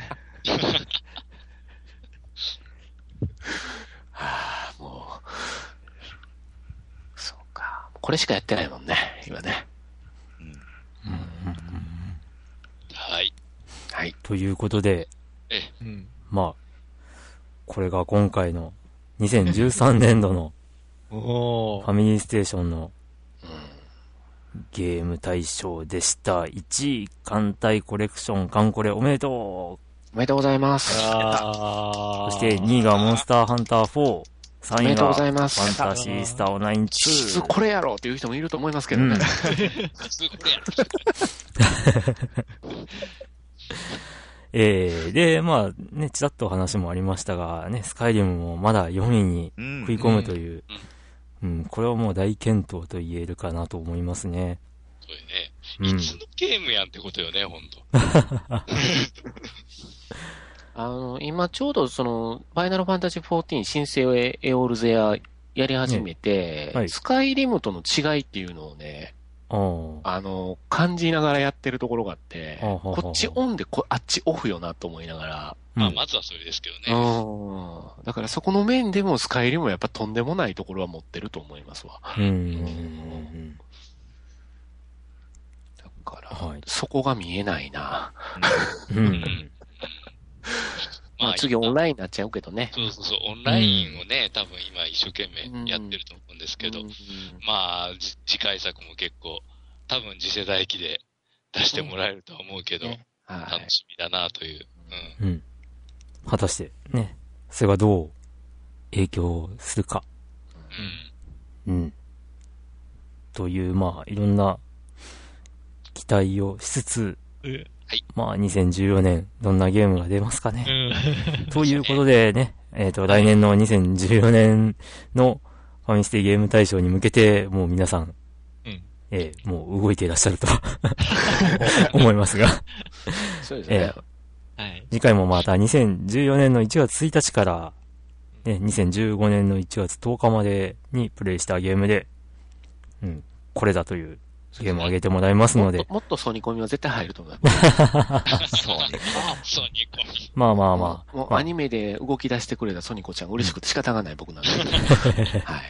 Speaker 5: はあ、もう。そうか。これしかやってないもんね。今ね。
Speaker 3: はい。
Speaker 5: はい。
Speaker 2: ということで、
Speaker 3: え
Speaker 6: うん。
Speaker 2: まあ、これが今回の2013年度の
Speaker 6: お
Speaker 2: フ
Speaker 6: ー
Speaker 2: ァミリーステーションのゲーム大賞でした。1位、艦隊コレクション、艦コレおめでと
Speaker 5: おめでとうございます。
Speaker 2: う
Speaker 6: あー
Speaker 2: そして2位がモンスターハンター4、
Speaker 5: お
Speaker 2: 3
Speaker 5: め
Speaker 2: 位
Speaker 5: でとう
Speaker 2: が
Speaker 5: ご
Speaker 2: フ
Speaker 5: ざい
Speaker 2: ァン
Speaker 5: ます。
Speaker 2: タシースターオンライン
Speaker 5: 実質
Speaker 2: 2。
Speaker 5: これやろっていう人もいると思いますけ
Speaker 2: う
Speaker 5: ど
Speaker 2: ん
Speaker 5: ね。、
Speaker 3: 普通これやろ。
Speaker 2: えー、で、まあね、ちらっとお話もありましたが、ね、スカイリムもまだ4位に
Speaker 4: うん
Speaker 2: 食い込むという、うん、これはもう大健闘と言えるかなと思いますね。
Speaker 3: これね。
Speaker 2: うん
Speaker 3: いつのゲームやんってことよね、ほんと。
Speaker 5: あの、今ちょうどその、ファイナルファンタジー14新生エオルゼアやり始めて、
Speaker 2: ねはい
Speaker 5: スカイリムとの違いっていうのをね、
Speaker 2: あー
Speaker 5: あの、感じながらやってるところがあって、
Speaker 2: あははは
Speaker 5: こっちオンでこあっちオフよなと思いながら、
Speaker 2: うん
Speaker 3: まあ、まずはそれですけどね。
Speaker 5: うん。だからそこの面でもスカイリムはやっぱとんでもないところは持ってると思いますわ。
Speaker 2: うんうんうん
Speaker 5: だから、
Speaker 2: はい
Speaker 5: そこが見えないな。
Speaker 2: うんうん。う
Speaker 3: うんん。
Speaker 5: まあ、次オンラインになっちゃうけどね。
Speaker 3: そうそうそう、オンラインをね、多分今一生懸命やってると思うんですけど、
Speaker 5: うん
Speaker 3: まあ、じ次回作も結構、多分次世代機で出してもらえるとは思うけど、
Speaker 5: ねはい
Speaker 3: 楽。しみだなという。うん。
Speaker 2: うん。果たして、ね、それがどう影響するか。
Speaker 3: うん。
Speaker 2: うん。という、まあ、いろんな期待をしつつ、
Speaker 6: え
Speaker 2: まあ、2014年、どんなゲームが出ますかね。
Speaker 6: うん。
Speaker 2: ということでね、えっ、と、来年の2014年のファミステゲーム大賞に向けて、もう皆さん、
Speaker 6: うん
Speaker 2: えーもう動いていらっしゃると思いますが、
Speaker 5: そうですね。
Speaker 6: はい。
Speaker 2: 次回もまた2014年の1月1日から、ね、2015年の1月10日までにプレイしたゲームで、うん、これだというゲームを上げてもらいます
Speaker 5: も
Speaker 2: の
Speaker 5: っ
Speaker 2: で
Speaker 5: と、もっとソニコミは絶対入ると思います。
Speaker 3: そう [laughs] ね。そう、ニコニ
Speaker 2: まあまあまあ、
Speaker 5: もう
Speaker 2: ま
Speaker 5: ア
Speaker 2: あ、
Speaker 5: ニメで動き出してくれたソニコちゃん嬉しくて仕方がない僕なんで。はい。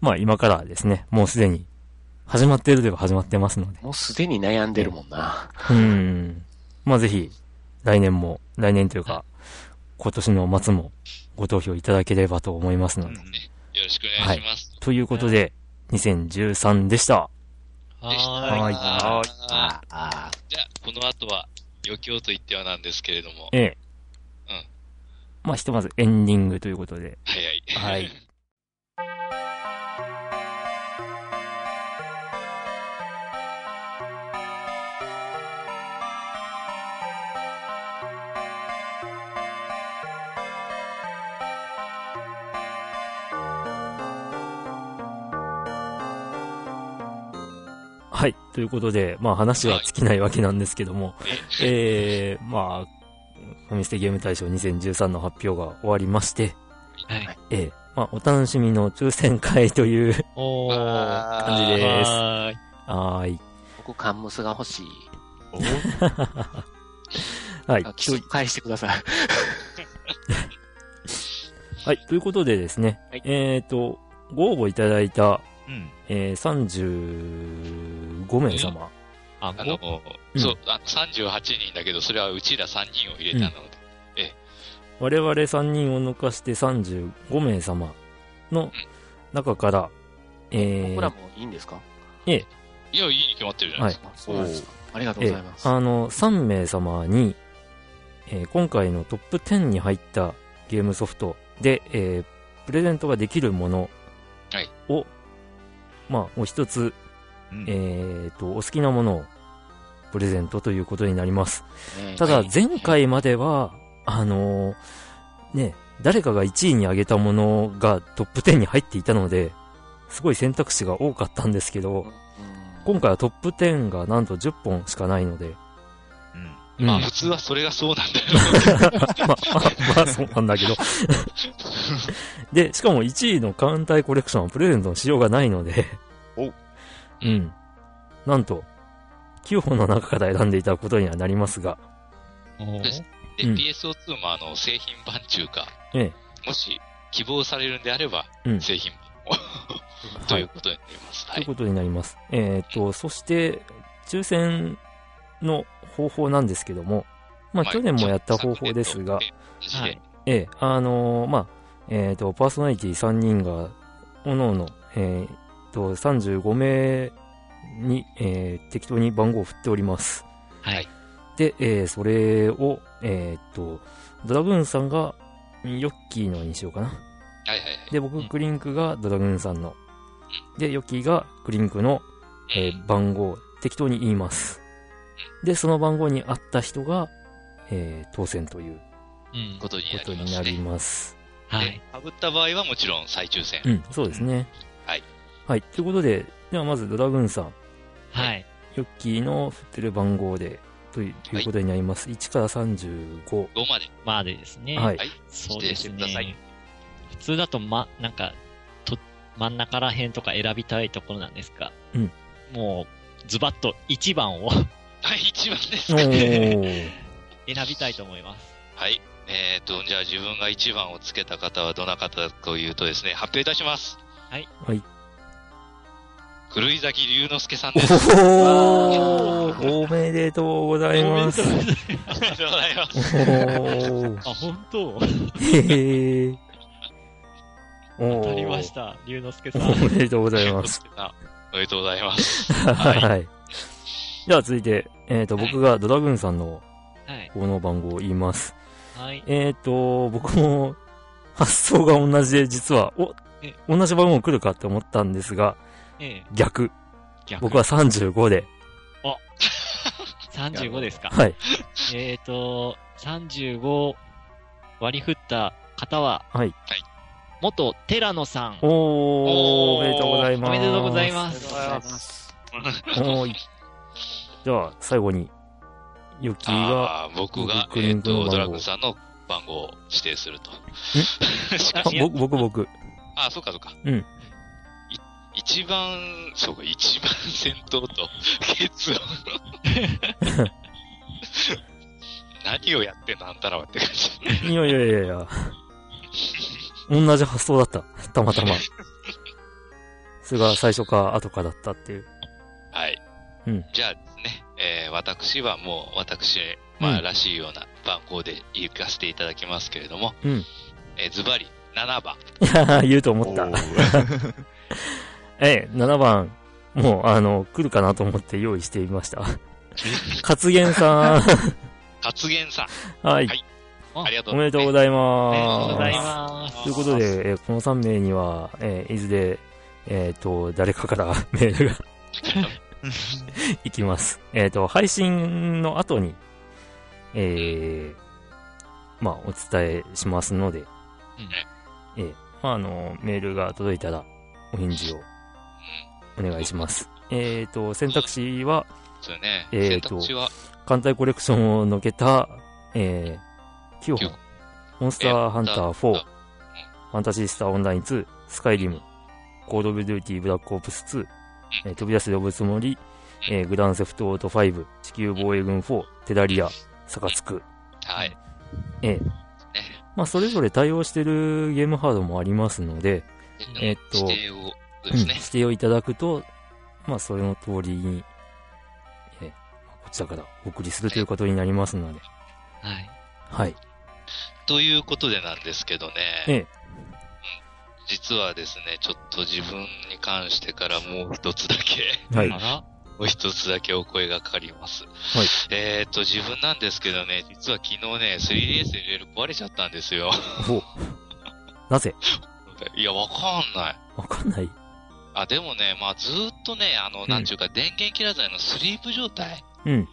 Speaker 2: まあ今からですね、もうすでに始まっているといえば始まってますので、
Speaker 5: もうすでに悩んでるもんな。
Speaker 2: うん。まあぜひ、来年も、来年というか、今年の末もご投票いただければと思いますので。
Speaker 3: コ。よろしくお願いします。
Speaker 2: ということで、2013でした。
Speaker 3: でした
Speaker 6: はー
Speaker 4: は
Speaker 6: い。
Speaker 3: あ
Speaker 5: ああ。
Speaker 3: ーじゃあ、この後は、余興と言ってはなんですけれども、
Speaker 2: ええ。
Speaker 3: うん
Speaker 2: まあひとまずエンディングということで。
Speaker 3: 早い。 [laughs]
Speaker 2: はい。はい。ということで、まあ話は尽きないわけなんですけども、えー、まあ、ファミステゲーム大賞2013の発表が終わりまして、
Speaker 6: はい。
Speaker 2: ええまあ、お楽しみの抽選会という [laughs]
Speaker 6: おー。
Speaker 2: 感じです。
Speaker 6: はーい
Speaker 2: はーい。
Speaker 5: 僕、カンムスが欲しい。
Speaker 2: はい。
Speaker 5: あ、
Speaker 2: と
Speaker 5: 返してください。
Speaker 2: はい。ということでですね、
Speaker 5: はい
Speaker 2: えっ、と、ご応募いただいた、
Speaker 4: うん。
Speaker 2: えー、35名様。
Speaker 6: あ
Speaker 3: あ
Speaker 6: の
Speaker 3: の、、
Speaker 2: うん
Speaker 3: そう、あ38人だけど、それはうちら3人を入れたので、
Speaker 2: 我々3人を抜かして35名様の中から、え
Speaker 5: 僕ら
Speaker 2: ー
Speaker 5: もいいんですか
Speaker 3: いや、いいに決まってるじゃないですか。
Speaker 5: あそうなんですか。ありがとう
Speaker 2: え
Speaker 5: ご
Speaker 2: え
Speaker 5: ざいます。
Speaker 2: あの、3名様に、えー今回のトップ10に入ったゲームソフトで、えープレゼントができるもの
Speaker 3: はい
Speaker 2: を、まあ、お一つ
Speaker 4: うん
Speaker 2: えっと、お好きなものをプレゼントということになります。
Speaker 5: ね
Speaker 2: ただ
Speaker 5: はい、
Speaker 2: 前回までは、あのーね、誰かが1位に上げたものがトップ10に入っていたので、すごい選択肢が多かったんですけど、今回はトップ10がなんと10本しかないので、
Speaker 4: うん
Speaker 2: うん
Speaker 3: まあ、
Speaker 2: ま
Speaker 3: 普通はそれがそうなん
Speaker 2: [laughs]
Speaker 3: だよ。
Speaker 2: あ、まあ、まあ、そうなんだけど。で、しかも1位のカウンターコレクションはプレゼントのしようがないので、
Speaker 4: お
Speaker 2: うん。なんと、9本の中から選んでいただくことにはなりますが、
Speaker 6: おー
Speaker 3: で、
Speaker 2: うん
Speaker 3: PSO2 もあの、製品版中か、
Speaker 2: ええ
Speaker 3: もし希望されるんであれば、
Speaker 2: うん
Speaker 3: 製品版を、ということになります。は
Speaker 2: という
Speaker 3: い。
Speaker 2: ことになります。えーっと、そして、抽選の方法なんですけども、まあ、
Speaker 3: まあ
Speaker 2: 去年もやった方法ですが、
Speaker 3: 一応昨年と同じで
Speaker 6: はい
Speaker 2: ええ、あのーまあ、えー、とパーソナリティ3人がおのおの、えー、と35名に、えー適当に番号を振っております
Speaker 6: はい。
Speaker 2: で、えーそれを、えー、とドラグーンさんがヨッキーのにしようかな
Speaker 3: はいはいはい。
Speaker 2: で僕
Speaker 6: ん
Speaker 2: クリンクがドラグーンさんのでヨッキーがクリンクの、えー番号を適当に言いますでその番号に合った人が、えー当選という
Speaker 6: うん。
Speaker 3: ことに
Speaker 2: こと
Speaker 3: なりま
Speaker 2: に
Speaker 3: す
Speaker 2: なり
Speaker 3: ね。
Speaker 2: ます
Speaker 6: はい。
Speaker 3: かぶった場合はもちろん再抽選。
Speaker 2: うん、そうですね。
Speaker 3: はい。
Speaker 2: はい。ということで、ではまずドラグーンさん、
Speaker 6: はい。
Speaker 2: ヨッキーの振ってる番号で、という
Speaker 3: はい
Speaker 2: ことになります。1から35。
Speaker 3: 5まで。
Speaker 6: まあでですね。
Speaker 2: はい。
Speaker 3: はい。
Speaker 6: そう
Speaker 3: 指
Speaker 6: で
Speaker 3: 定し
Speaker 6: す
Speaker 3: てください
Speaker 6: ね。普通だと、ま、なんか、と、真ん中ら辺とか選びたいところなんですが、
Speaker 2: うん
Speaker 6: もう、ズバッと1番を [laughs]
Speaker 3: はい、1番です
Speaker 2: お
Speaker 3: かね。
Speaker 2: ー。
Speaker 6: 選びたいと思います。
Speaker 3: はい。えっ、と、じゃあ自分が1番をつけた方はどな方というとですね、発表いたします。
Speaker 6: はい。
Speaker 2: はい。
Speaker 3: 古井崎龍之介さん
Speaker 2: お
Speaker 3: です。
Speaker 2: ーおめでとうございます。
Speaker 6: おめでとうござい
Speaker 3: ありがとうございます。
Speaker 2: おー
Speaker 6: あ、本当
Speaker 2: へー。お
Speaker 6: 当たりまし
Speaker 2: ー。
Speaker 6: た。龍之介さん。
Speaker 2: おめでとうございます。
Speaker 3: おめでとうございま
Speaker 2: [laughs]
Speaker 3: す。はい
Speaker 2: はい。では続いて、えっ、と、僕がドラグーンさんの
Speaker 6: はい。
Speaker 2: この番号を言います。
Speaker 6: はい。
Speaker 2: えっ、と、僕も発想が同じで、実は、お、
Speaker 6: え
Speaker 2: 同じ番号来るかって思ったんですが、
Speaker 6: ええ、
Speaker 2: 逆。
Speaker 6: 逆
Speaker 2: 僕は35で、
Speaker 6: 35ですか。
Speaker 2: はい。
Speaker 6: えーと、35割り振った方は、
Speaker 2: はい。
Speaker 6: 元寺野さん。
Speaker 2: おー、お
Speaker 3: おー
Speaker 2: めでとうございます。
Speaker 6: おめでとうございま
Speaker 5: あ
Speaker 6: あ
Speaker 5: り
Speaker 6: り
Speaker 5: が
Speaker 6: が
Speaker 5: と
Speaker 2: お
Speaker 5: うございます。
Speaker 6: とうござい
Speaker 2: ーいじゃあ、最後に、ヨキが、
Speaker 3: ああー、僕が、
Speaker 2: 僕
Speaker 3: えっ、
Speaker 2: 僕の番
Speaker 3: と、
Speaker 2: 号
Speaker 3: ドラグさんの番号を指定すると。 [laughs] しか
Speaker 2: あ
Speaker 3: し
Speaker 2: 僕、僕、僕。
Speaker 3: あ、そうかそうか。
Speaker 2: うん
Speaker 3: い。一番、そうか、一番先頭と、 [laughs]
Speaker 2: [laughs]
Speaker 3: 結論。何をやってんのあんたらはって感じ。
Speaker 2: いやいやいやいや。同じ発想だった。たまた
Speaker 6: [laughs]
Speaker 2: ま。それが最初か後かだったっていう。
Speaker 3: はい。
Speaker 2: うん
Speaker 3: じゃあですね、えー私はもう、私、ま
Speaker 2: う
Speaker 3: あ、
Speaker 2: ん
Speaker 3: らしいような番号で行かせていただきますけれども、
Speaker 2: うん
Speaker 3: えーズバリ、7番。
Speaker 2: [laughs] いやー言うと思った
Speaker 4: お。ー
Speaker 2: ええ、7番、もう、あの、来るかなと思って用意してみました。活言さ
Speaker 6: [laughs]
Speaker 3: 発言さん。
Speaker 2: ん。はい
Speaker 3: は。いありがとう
Speaker 2: おめでとうご
Speaker 3: い
Speaker 2: ざいま
Speaker 6: お
Speaker 2: す。
Speaker 6: めでとうございます。
Speaker 2: ということで、えーこの3名には、えーいずれ、えっ、と、誰かから [laughs] メールがいきます。えっ、と、配信の後に、えー、まあ、お伝えしますので、えーまあ、あの、メールが届いたら、お返事をお願いします。えっ、と、選択肢は、
Speaker 3: ます。そうね。
Speaker 2: えー
Speaker 3: 選
Speaker 2: と
Speaker 3: 択肢は、
Speaker 2: 艦隊コレクションをのけた、えー、9
Speaker 3: 九
Speaker 2: 本。モンスターハンター4、
Speaker 3: うん
Speaker 2: ファンタジースターオンライン2、スカイリム、コードオブデューティーブラックオプス2、えー飛び出す呼ぶつもり、えーグランセフトオート5、地球防衛軍4、テラリア、サカツク。
Speaker 3: はい。
Speaker 2: まあ、それぞれ対応してるゲームハードもありますので、えーっと
Speaker 3: 指定をです
Speaker 2: 指。
Speaker 3: ね
Speaker 2: 定をいただくと、まあ、それの通りに、えーこちらからお送りするということになりますので、
Speaker 6: はい。
Speaker 2: はい。
Speaker 3: ということでなんですけどね。
Speaker 2: ええ
Speaker 3: 実はですね、ちょっと自分に関してからもう一つだけ、
Speaker 2: は
Speaker 6: あ
Speaker 2: い。
Speaker 6: ら
Speaker 3: もう一つだけお声がかかります。
Speaker 2: い
Speaker 3: えーっと、自分なんですけどね、実は昨日ね、3DS でレール壊れちゃったんですよ。 [laughs]
Speaker 2: おなぜ
Speaker 3: いや、わかんない。
Speaker 2: わかんない。
Speaker 3: あ、でもね、まあずーっとね、あの、
Speaker 2: ん
Speaker 3: なんちゅうか、電源切らずのスリープ状態
Speaker 2: うん。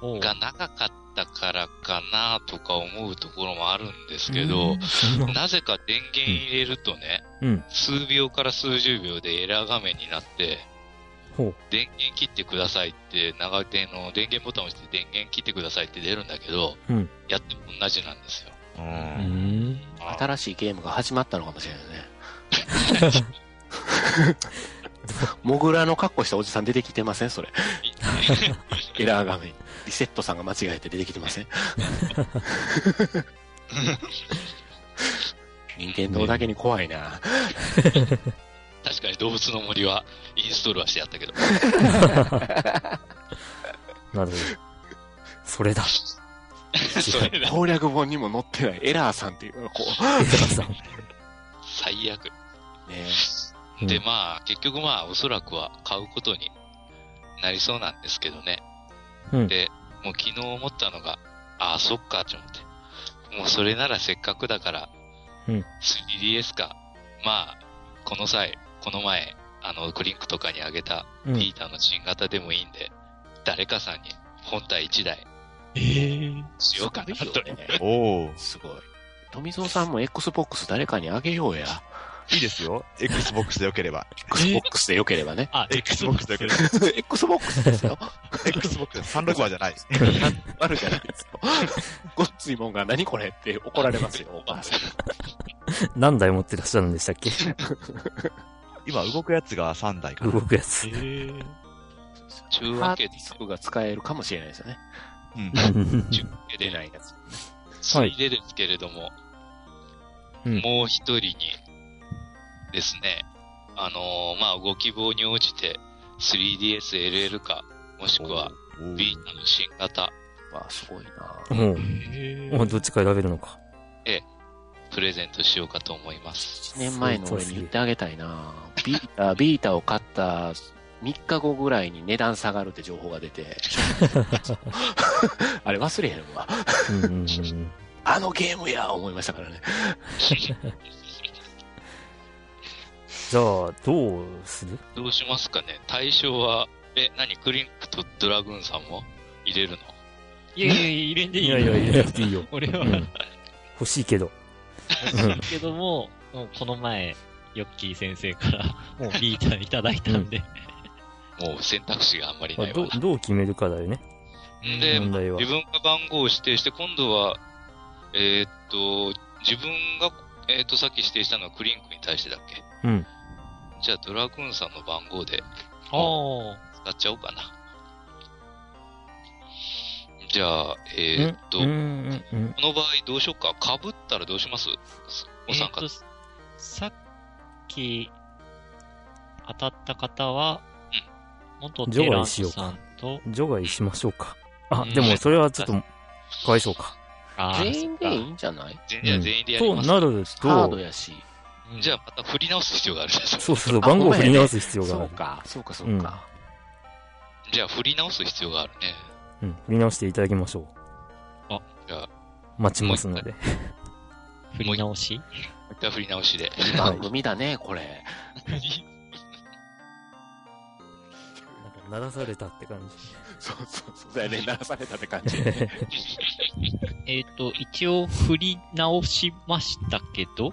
Speaker 6: おう
Speaker 3: が長かったからかなとか思うところもあるんですけど、
Speaker 2: そん [laughs] な
Speaker 3: なぜか電源入れるとね、
Speaker 2: うん。
Speaker 3: 数秒から数十秒でエラー画面になって、
Speaker 2: ほう。
Speaker 3: 電源切ってくださいって、長電の電源ボタンを押して電源切ってくださいって出るんだけど、
Speaker 2: うん
Speaker 3: やっても同じなんですよ。
Speaker 4: う
Speaker 2: うんん。
Speaker 5: 新しいゲームが始まったのかもしれないね。
Speaker 2: [laughs]
Speaker 5: モグラの格好したおじさん出てきてませんそれ。エラー画面。リセットさんが間違えて出てきて
Speaker 2: [laughs]
Speaker 5: ません任天堂だけに怖いな。
Speaker 3: [laughs] 確かに動物の森はインストールはしてや
Speaker 2: [laughs]
Speaker 3: ったけど。
Speaker 2: なるほど。それだ。
Speaker 3: それだ。
Speaker 5: 攻略本にも載ってないエラーさんっていう、こ
Speaker 2: エラーさん。
Speaker 3: 最悪。
Speaker 5: ね
Speaker 2: うん
Speaker 3: で、まあ、結局まあ、おそらくは買うことになりそうなんですけどね。
Speaker 2: うん
Speaker 3: で、もう昨日思ったのが、ああ、そっか、と思って。もうそれならせっかくだから、
Speaker 2: うん、
Speaker 3: 3DS か。まあ、この際、この前、あの、クリンクとかにあげた、
Speaker 2: う
Speaker 3: ピ
Speaker 2: ん
Speaker 3: ーターの新型でもいいんで、誰かさんに本体1台
Speaker 6: ええ
Speaker 3: しようかなと。 [laughs]
Speaker 4: おお。
Speaker 5: すごい。富蔵さんも Xbox 誰かにあげようや。
Speaker 4: いいですよ。Xbox でよければ。
Speaker 5: Xbox でよければね。
Speaker 6: あ、
Speaker 4: Xbox でよけれ
Speaker 5: [laughs] Xbox ですよ。
Speaker 4: Xbox です。360じゃない。
Speaker 5: あるじゃないですか。ごっついもんが何これって怒られます [laughs] よ、お母さん。
Speaker 2: 何台持ってらっしゃるんでしたっけ
Speaker 4: 今動くやつが3台かな。
Speaker 2: 動くや
Speaker 4: [laughs]
Speaker 2: つ。
Speaker 6: え
Speaker 3: ちゅう
Speaker 5: ハ
Speaker 3: わ
Speaker 5: ー
Speaker 3: け
Speaker 5: ドデ
Speaker 3: で
Speaker 5: ィ、スクが使えるかもしれないですよね。
Speaker 4: うん。
Speaker 3: ちゅうわけで、
Speaker 5: いやつ。
Speaker 3: ついでですけれども、
Speaker 2: うん
Speaker 3: もう一人にですね、あのーまあ、ご希望に応じて 3DSLL か、もしくは
Speaker 4: おー
Speaker 3: B の新型、
Speaker 5: わあ、すごいな
Speaker 2: もう、
Speaker 6: え
Speaker 2: もうどっちか選べるのか。
Speaker 3: プレゼントしようかと思い
Speaker 2: [laughs]
Speaker 3: ます。
Speaker 5: 1年前の俺に言ってあげたいなビータ、ビータを買った3日後ぐらいに値段下がるって情報が出 [laughs] て。あれ忘れへんわ。
Speaker 2: うんうんうん
Speaker 5: あのゲームや思いましたからね。
Speaker 2: じゃあ、どうする
Speaker 3: どうしますかね対象は、え、何クリンクとドラグーンさんも入れるの
Speaker 6: いやいや、入れんでいい
Speaker 2: い
Speaker 6: よ
Speaker 2: やいや、入れなくていいよ。
Speaker 6: 俺は、
Speaker 2: うん欲しいけど。うん
Speaker 6: けども、もうこの前、ヨッキー先生から、もうビーターいただいたんで、
Speaker 3: もう選択肢があんまり
Speaker 2: ま
Speaker 3: な
Speaker 2: あ
Speaker 3: い
Speaker 2: ど
Speaker 3: わ
Speaker 2: う。どう決めるかだよね。
Speaker 3: で、
Speaker 2: 問題は
Speaker 3: 自。分が番号を指定して、今度は、えーっと、自分が、えーっと、さっき指定したのはクリンクに対してだっけ
Speaker 2: うん。
Speaker 3: じゃあ、ドラグーンさんの番号で
Speaker 6: ああ、
Speaker 3: 使っちゃおうかな。じゃあ、えーっと、
Speaker 2: うん
Speaker 3: こ
Speaker 2: うんうん
Speaker 3: の場合どうしようか。被ったらどうしますお
Speaker 6: え
Speaker 3: 三
Speaker 6: っ
Speaker 3: 方。
Speaker 6: と、さっき、当たった方は、元テラントさんと、
Speaker 2: 除外しましょうか。あ
Speaker 3: う、ん
Speaker 2: でもそれはちょっと、かわいそうか。
Speaker 6: あー
Speaker 5: 全員でい
Speaker 6: そっ
Speaker 5: いんじゃない
Speaker 3: 全
Speaker 2: う
Speaker 3: 員
Speaker 2: ん
Speaker 3: 全員でやり
Speaker 2: と
Speaker 3: ます。
Speaker 2: なる
Speaker 5: ハード
Speaker 2: と、
Speaker 5: やし。
Speaker 6: か
Speaker 3: じゃあ、また振り直す必要があるん [laughs] です。
Speaker 2: そうそうそう、
Speaker 5: あご
Speaker 2: 番
Speaker 5: めん
Speaker 2: 号を振り直す必要があ
Speaker 5: そ
Speaker 2: る
Speaker 5: う。か、そうか、そうか。
Speaker 3: じゃあ、振り直す必要があるね。
Speaker 2: うん、振り直していただきましょう。
Speaker 3: あじゃあ
Speaker 2: 待ちますので。
Speaker 6: 振り直し
Speaker 3: じゃあ、振り直しで。
Speaker 5: いい番組だね、これ。
Speaker 2: なんか鳴らされたって感じ。
Speaker 5: そうそうそう。だよね、鳴らされたって感 [laughs]
Speaker 3: [laughs]
Speaker 5: じ。
Speaker 6: えっ、と、一応振り直しましたけど、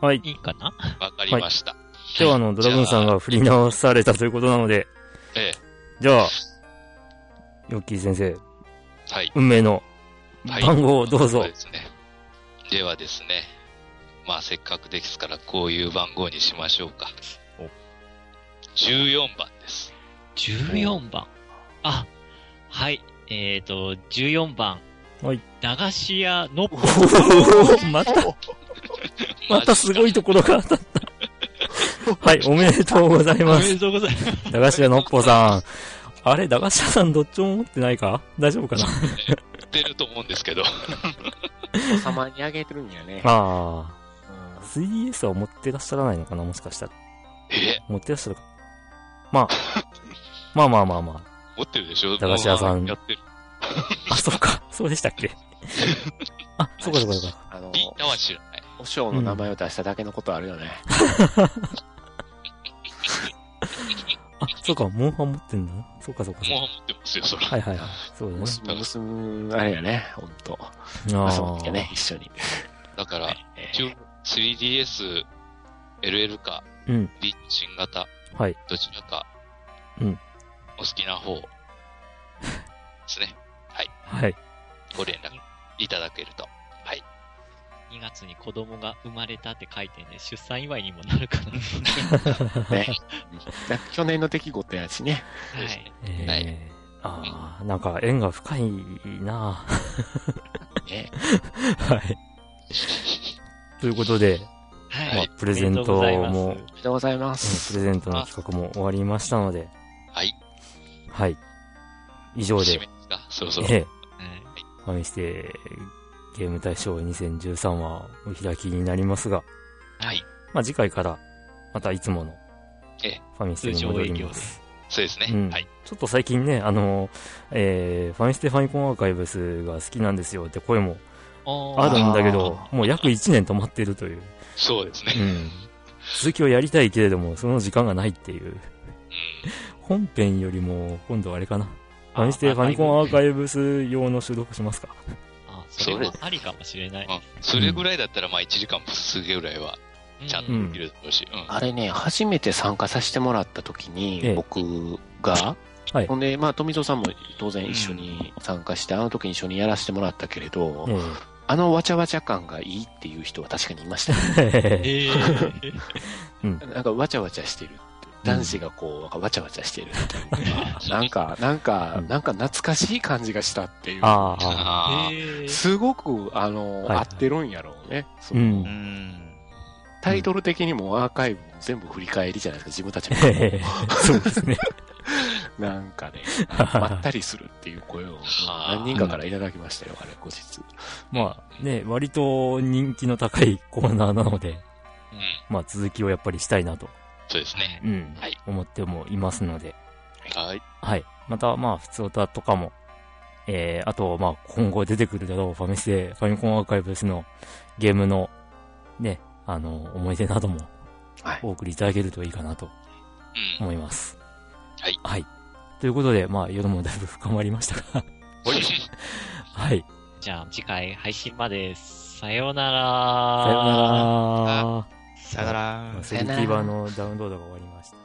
Speaker 2: はい。
Speaker 6: いいかな
Speaker 3: わかりました。
Speaker 2: 今日はあの、ドラゴンさんが振り直されたということなので、
Speaker 3: ええ、
Speaker 2: じゃあ、ヨッキー先生、
Speaker 3: はい。
Speaker 2: 運命の
Speaker 3: はい
Speaker 2: 番号をどうぞ
Speaker 3: そう。ですね。ではですね、まあせっかくですからこういう番号にしましょうか。14番です。
Speaker 6: ?14 番。あ、はい。えっ、と、14番。
Speaker 2: はい。
Speaker 6: 駄菓子屋
Speaker 2: [laughs]
Speaker 6: のぽ。
Speaker 2: おー [laughs] また、またすごいところが当た
Speaker 3: [laughs]
Speaker 2: った。はい、おめでとうござい
Speaker 6: お
Speaker 2: ま
Speaker 6: め
Speaker 2: す
Speaker 6: で。とうございます。
Speaker 2: 駄菓子屋のっぽさん。あれ、駄菓子屋さんどっちも持ってないか大丈夫かな
Speaker 3: 出ると思うんですけど。 [laughs]
Speaker 5: お子様にあげてるんやね。
Speaker 2: ああ。
Speaker 5: う
Speaker 2: 3DS は持ってらっしゃらないのかなもしかしたら。
Speaker 3: え
Speaker 2: 持ってらっしゃるか。まあ。まあまあまあまあ。
Speaker 3: 持ってるでしょ
Speaker 2: 駄菓子屋さん
Speaker 3: もうやってる。
Speaker 2: あ、そうか。そうでしたっけあ、そうかそうかそうか。
Speaker 5: んあの、
Speaker 3: ビータは知らない。
Speaker 5: お嬢の名前を出しただけのことあるよね。
Speaker 2: あ、そうか。モンハン持ってんだな。そうかそうかそう
Speaker 3: も
Speaker 2: か。
Speaker 3: う持ってますよ、そら。
Speaker 2: はいはいはい。そうだね。
Speaker 5: 娘、娘、あれやね、ほんと。
Speaker 2: あ
Speaker 5: 遊
Speaker 2: あ
Speaker 5: んでね、一緒に。
Speaker 3: だから、
Speaker 5: え
Speaker 3: 一応 3DS、LL か、
Speaker 2: うん。
Speaker 3: ビー新型、
Speaker 2: はい。
Speaker 3: どちらか、
Speaker 2: うん
Speaker 3: お好きな方ですね。
Speaker 2: はい。
Speaker 3: ご連絡いただけると。
Speaker 6: 2月に子供が生まれたって書いてんで、出産祝いにもなるかな。
Speaker 5: ーね。 [laughs] だ去年の出来事やしね。
Speaker 3: う
Speaker 6: は
Speaker 3: ですね
Speaker 6: い。
Speaker 2: えー
Speaker 3: はい
Speaker 2: ああ、なんか縁が深いなあ
Speaker 5: ね
Speaker 2: [laughs] はい。ということで、
Speaker 6: はい。
Speaker 2: まあ、プレゼント
Speaker 6: おめでとうござ
Speaker 2: も
Speaker 6: いま、
Speaker 5: おめ
Speaker 6: す
Speaker 5: でとうございま
Speaker 2: うんプ
Speaker 5: す。
Speaker 2: レゼントの企画も終わりましたので、
Speaker 3: はい。
Speaker 2: はい。以上
Speaker 3: 締
Speaker 2: で
Speaker 3: め、ですかそろそろ。
Speaker 2: ええ、
Speaker 6: はい
Speaker 2: ファミステゲーム大賞2013はお開きになりますが、
Speaker 3: はい。
Speaker 2: まあ、次回から、またいつもの
Speaker 3: ええ、
Speaker 2: ファミステに戻ります。
Speaker 3: そうですね。
Speaker 2: うん
Speaker 3: はい。
Speaker 2: ちょっと最近ね、あのー、えーファミステファミコンアーカイブスが好きなんですよって声もあ
Speaker 6: あ
Speaker 2: る
Speaker 6: あ、
Speaker 2: んだけど、もう約1年止まってるという。
Speaker 3: そうですね。
Speaker 2: うん続きをやりたいけれども、その時間がないっていう。本編よりも、今度あれかな。ファミステ
Speaker 6: あ
Speaker 2: ファミコンアーカ
Speaker 6: イ
Speaker 2: イブス用の収録しますか。
Speaker 6: ブあそれはありかもしれない。
Speaker 3: うんそれぐらいだったら、まあ1時間すげえぐらいは、ちゃんと
Speaker 6: うん
Speaker 3: 見るとしい。うん。
Speaker 5: あれね、初めて参加させてもらった時に、
Speaker 2: ええ
Speaker 5: 僕が、
Speaker 2: はい
Speaker 5: ほんで、まあ、富蔵さんも当然一緒に参加して、あの時に一緒にやらせてもらったけれど、
Speaker 2: え
Speaker 5: あのわちゃわちゃ感がいいっていう人は確かにいました、ね。 [laughs]
Speaker 2: え
Speaker 6: ええ
Speaker 5: なんかわちゃわちゃしてるって。男子がこう、なんかわちゃわちゃしてるって
Speaker 2: [laughs]
Speaker 5: いうのがなんか、なんか
Speaker 2: う、ん
Speaker 5: なんか懐かしい感じがしたっていう。
Speaker 2: [laughs] ああ、
Speaker 3: ああ。
Speaker 6: ええ
Speaker 5: すごく、あの、
Speaker 2: はい
Speaker 5: 合ってるんやろうね。そうの
Speaker 2: ん [laughs]
Speaker 4: う。ん。
Speaker 5: タイトル的にもアーカイブも全部振り返りじゃないですか、自分
Speaker 2: [laughs]
Speaker 5: たち
Speaker 2: そうですね。
Speaker 5: も。なんかね、まったりするっていう声を
Speaker 3: はあ
Speaker 5: 何人かからいただきましたよ、あれ、後日。
Speaker 2: まあね、割と人気の高いコーナーなので、
Speaker 3: うん。
Speaker 2: まあ続きをやっぱりしたいなと、
Speaker 3: そうですね。
Speaker 2: うん
Speaker 3: はい
Speaker 2: 思ってもいますので、
Speaker 3: はい。
Speaker 2: はい。また、まあ、普通歌とかも、えー、あと、まあ、今後出てくるだろう、ファミステ、ファミコンアーカイブスのゲームの、ね、あの、思い出なども
Speaker 5: はい、
Speaker 2: お送りいただけるといいかなと
Speaker 3: うん。
Speaker 2: 思います。
Speaker 3: はい。
Speaker 2: はい。ということで、まあ、夜もだいぶ深まりましたが、 [laughs] はい。
Speaker 6: じゃあ次回配信まで、さようなら。
Speaker 2: さようなら。
Speaker 4: さよなら
Speaker 2: セキュリティ版のダウンロードが終わりました。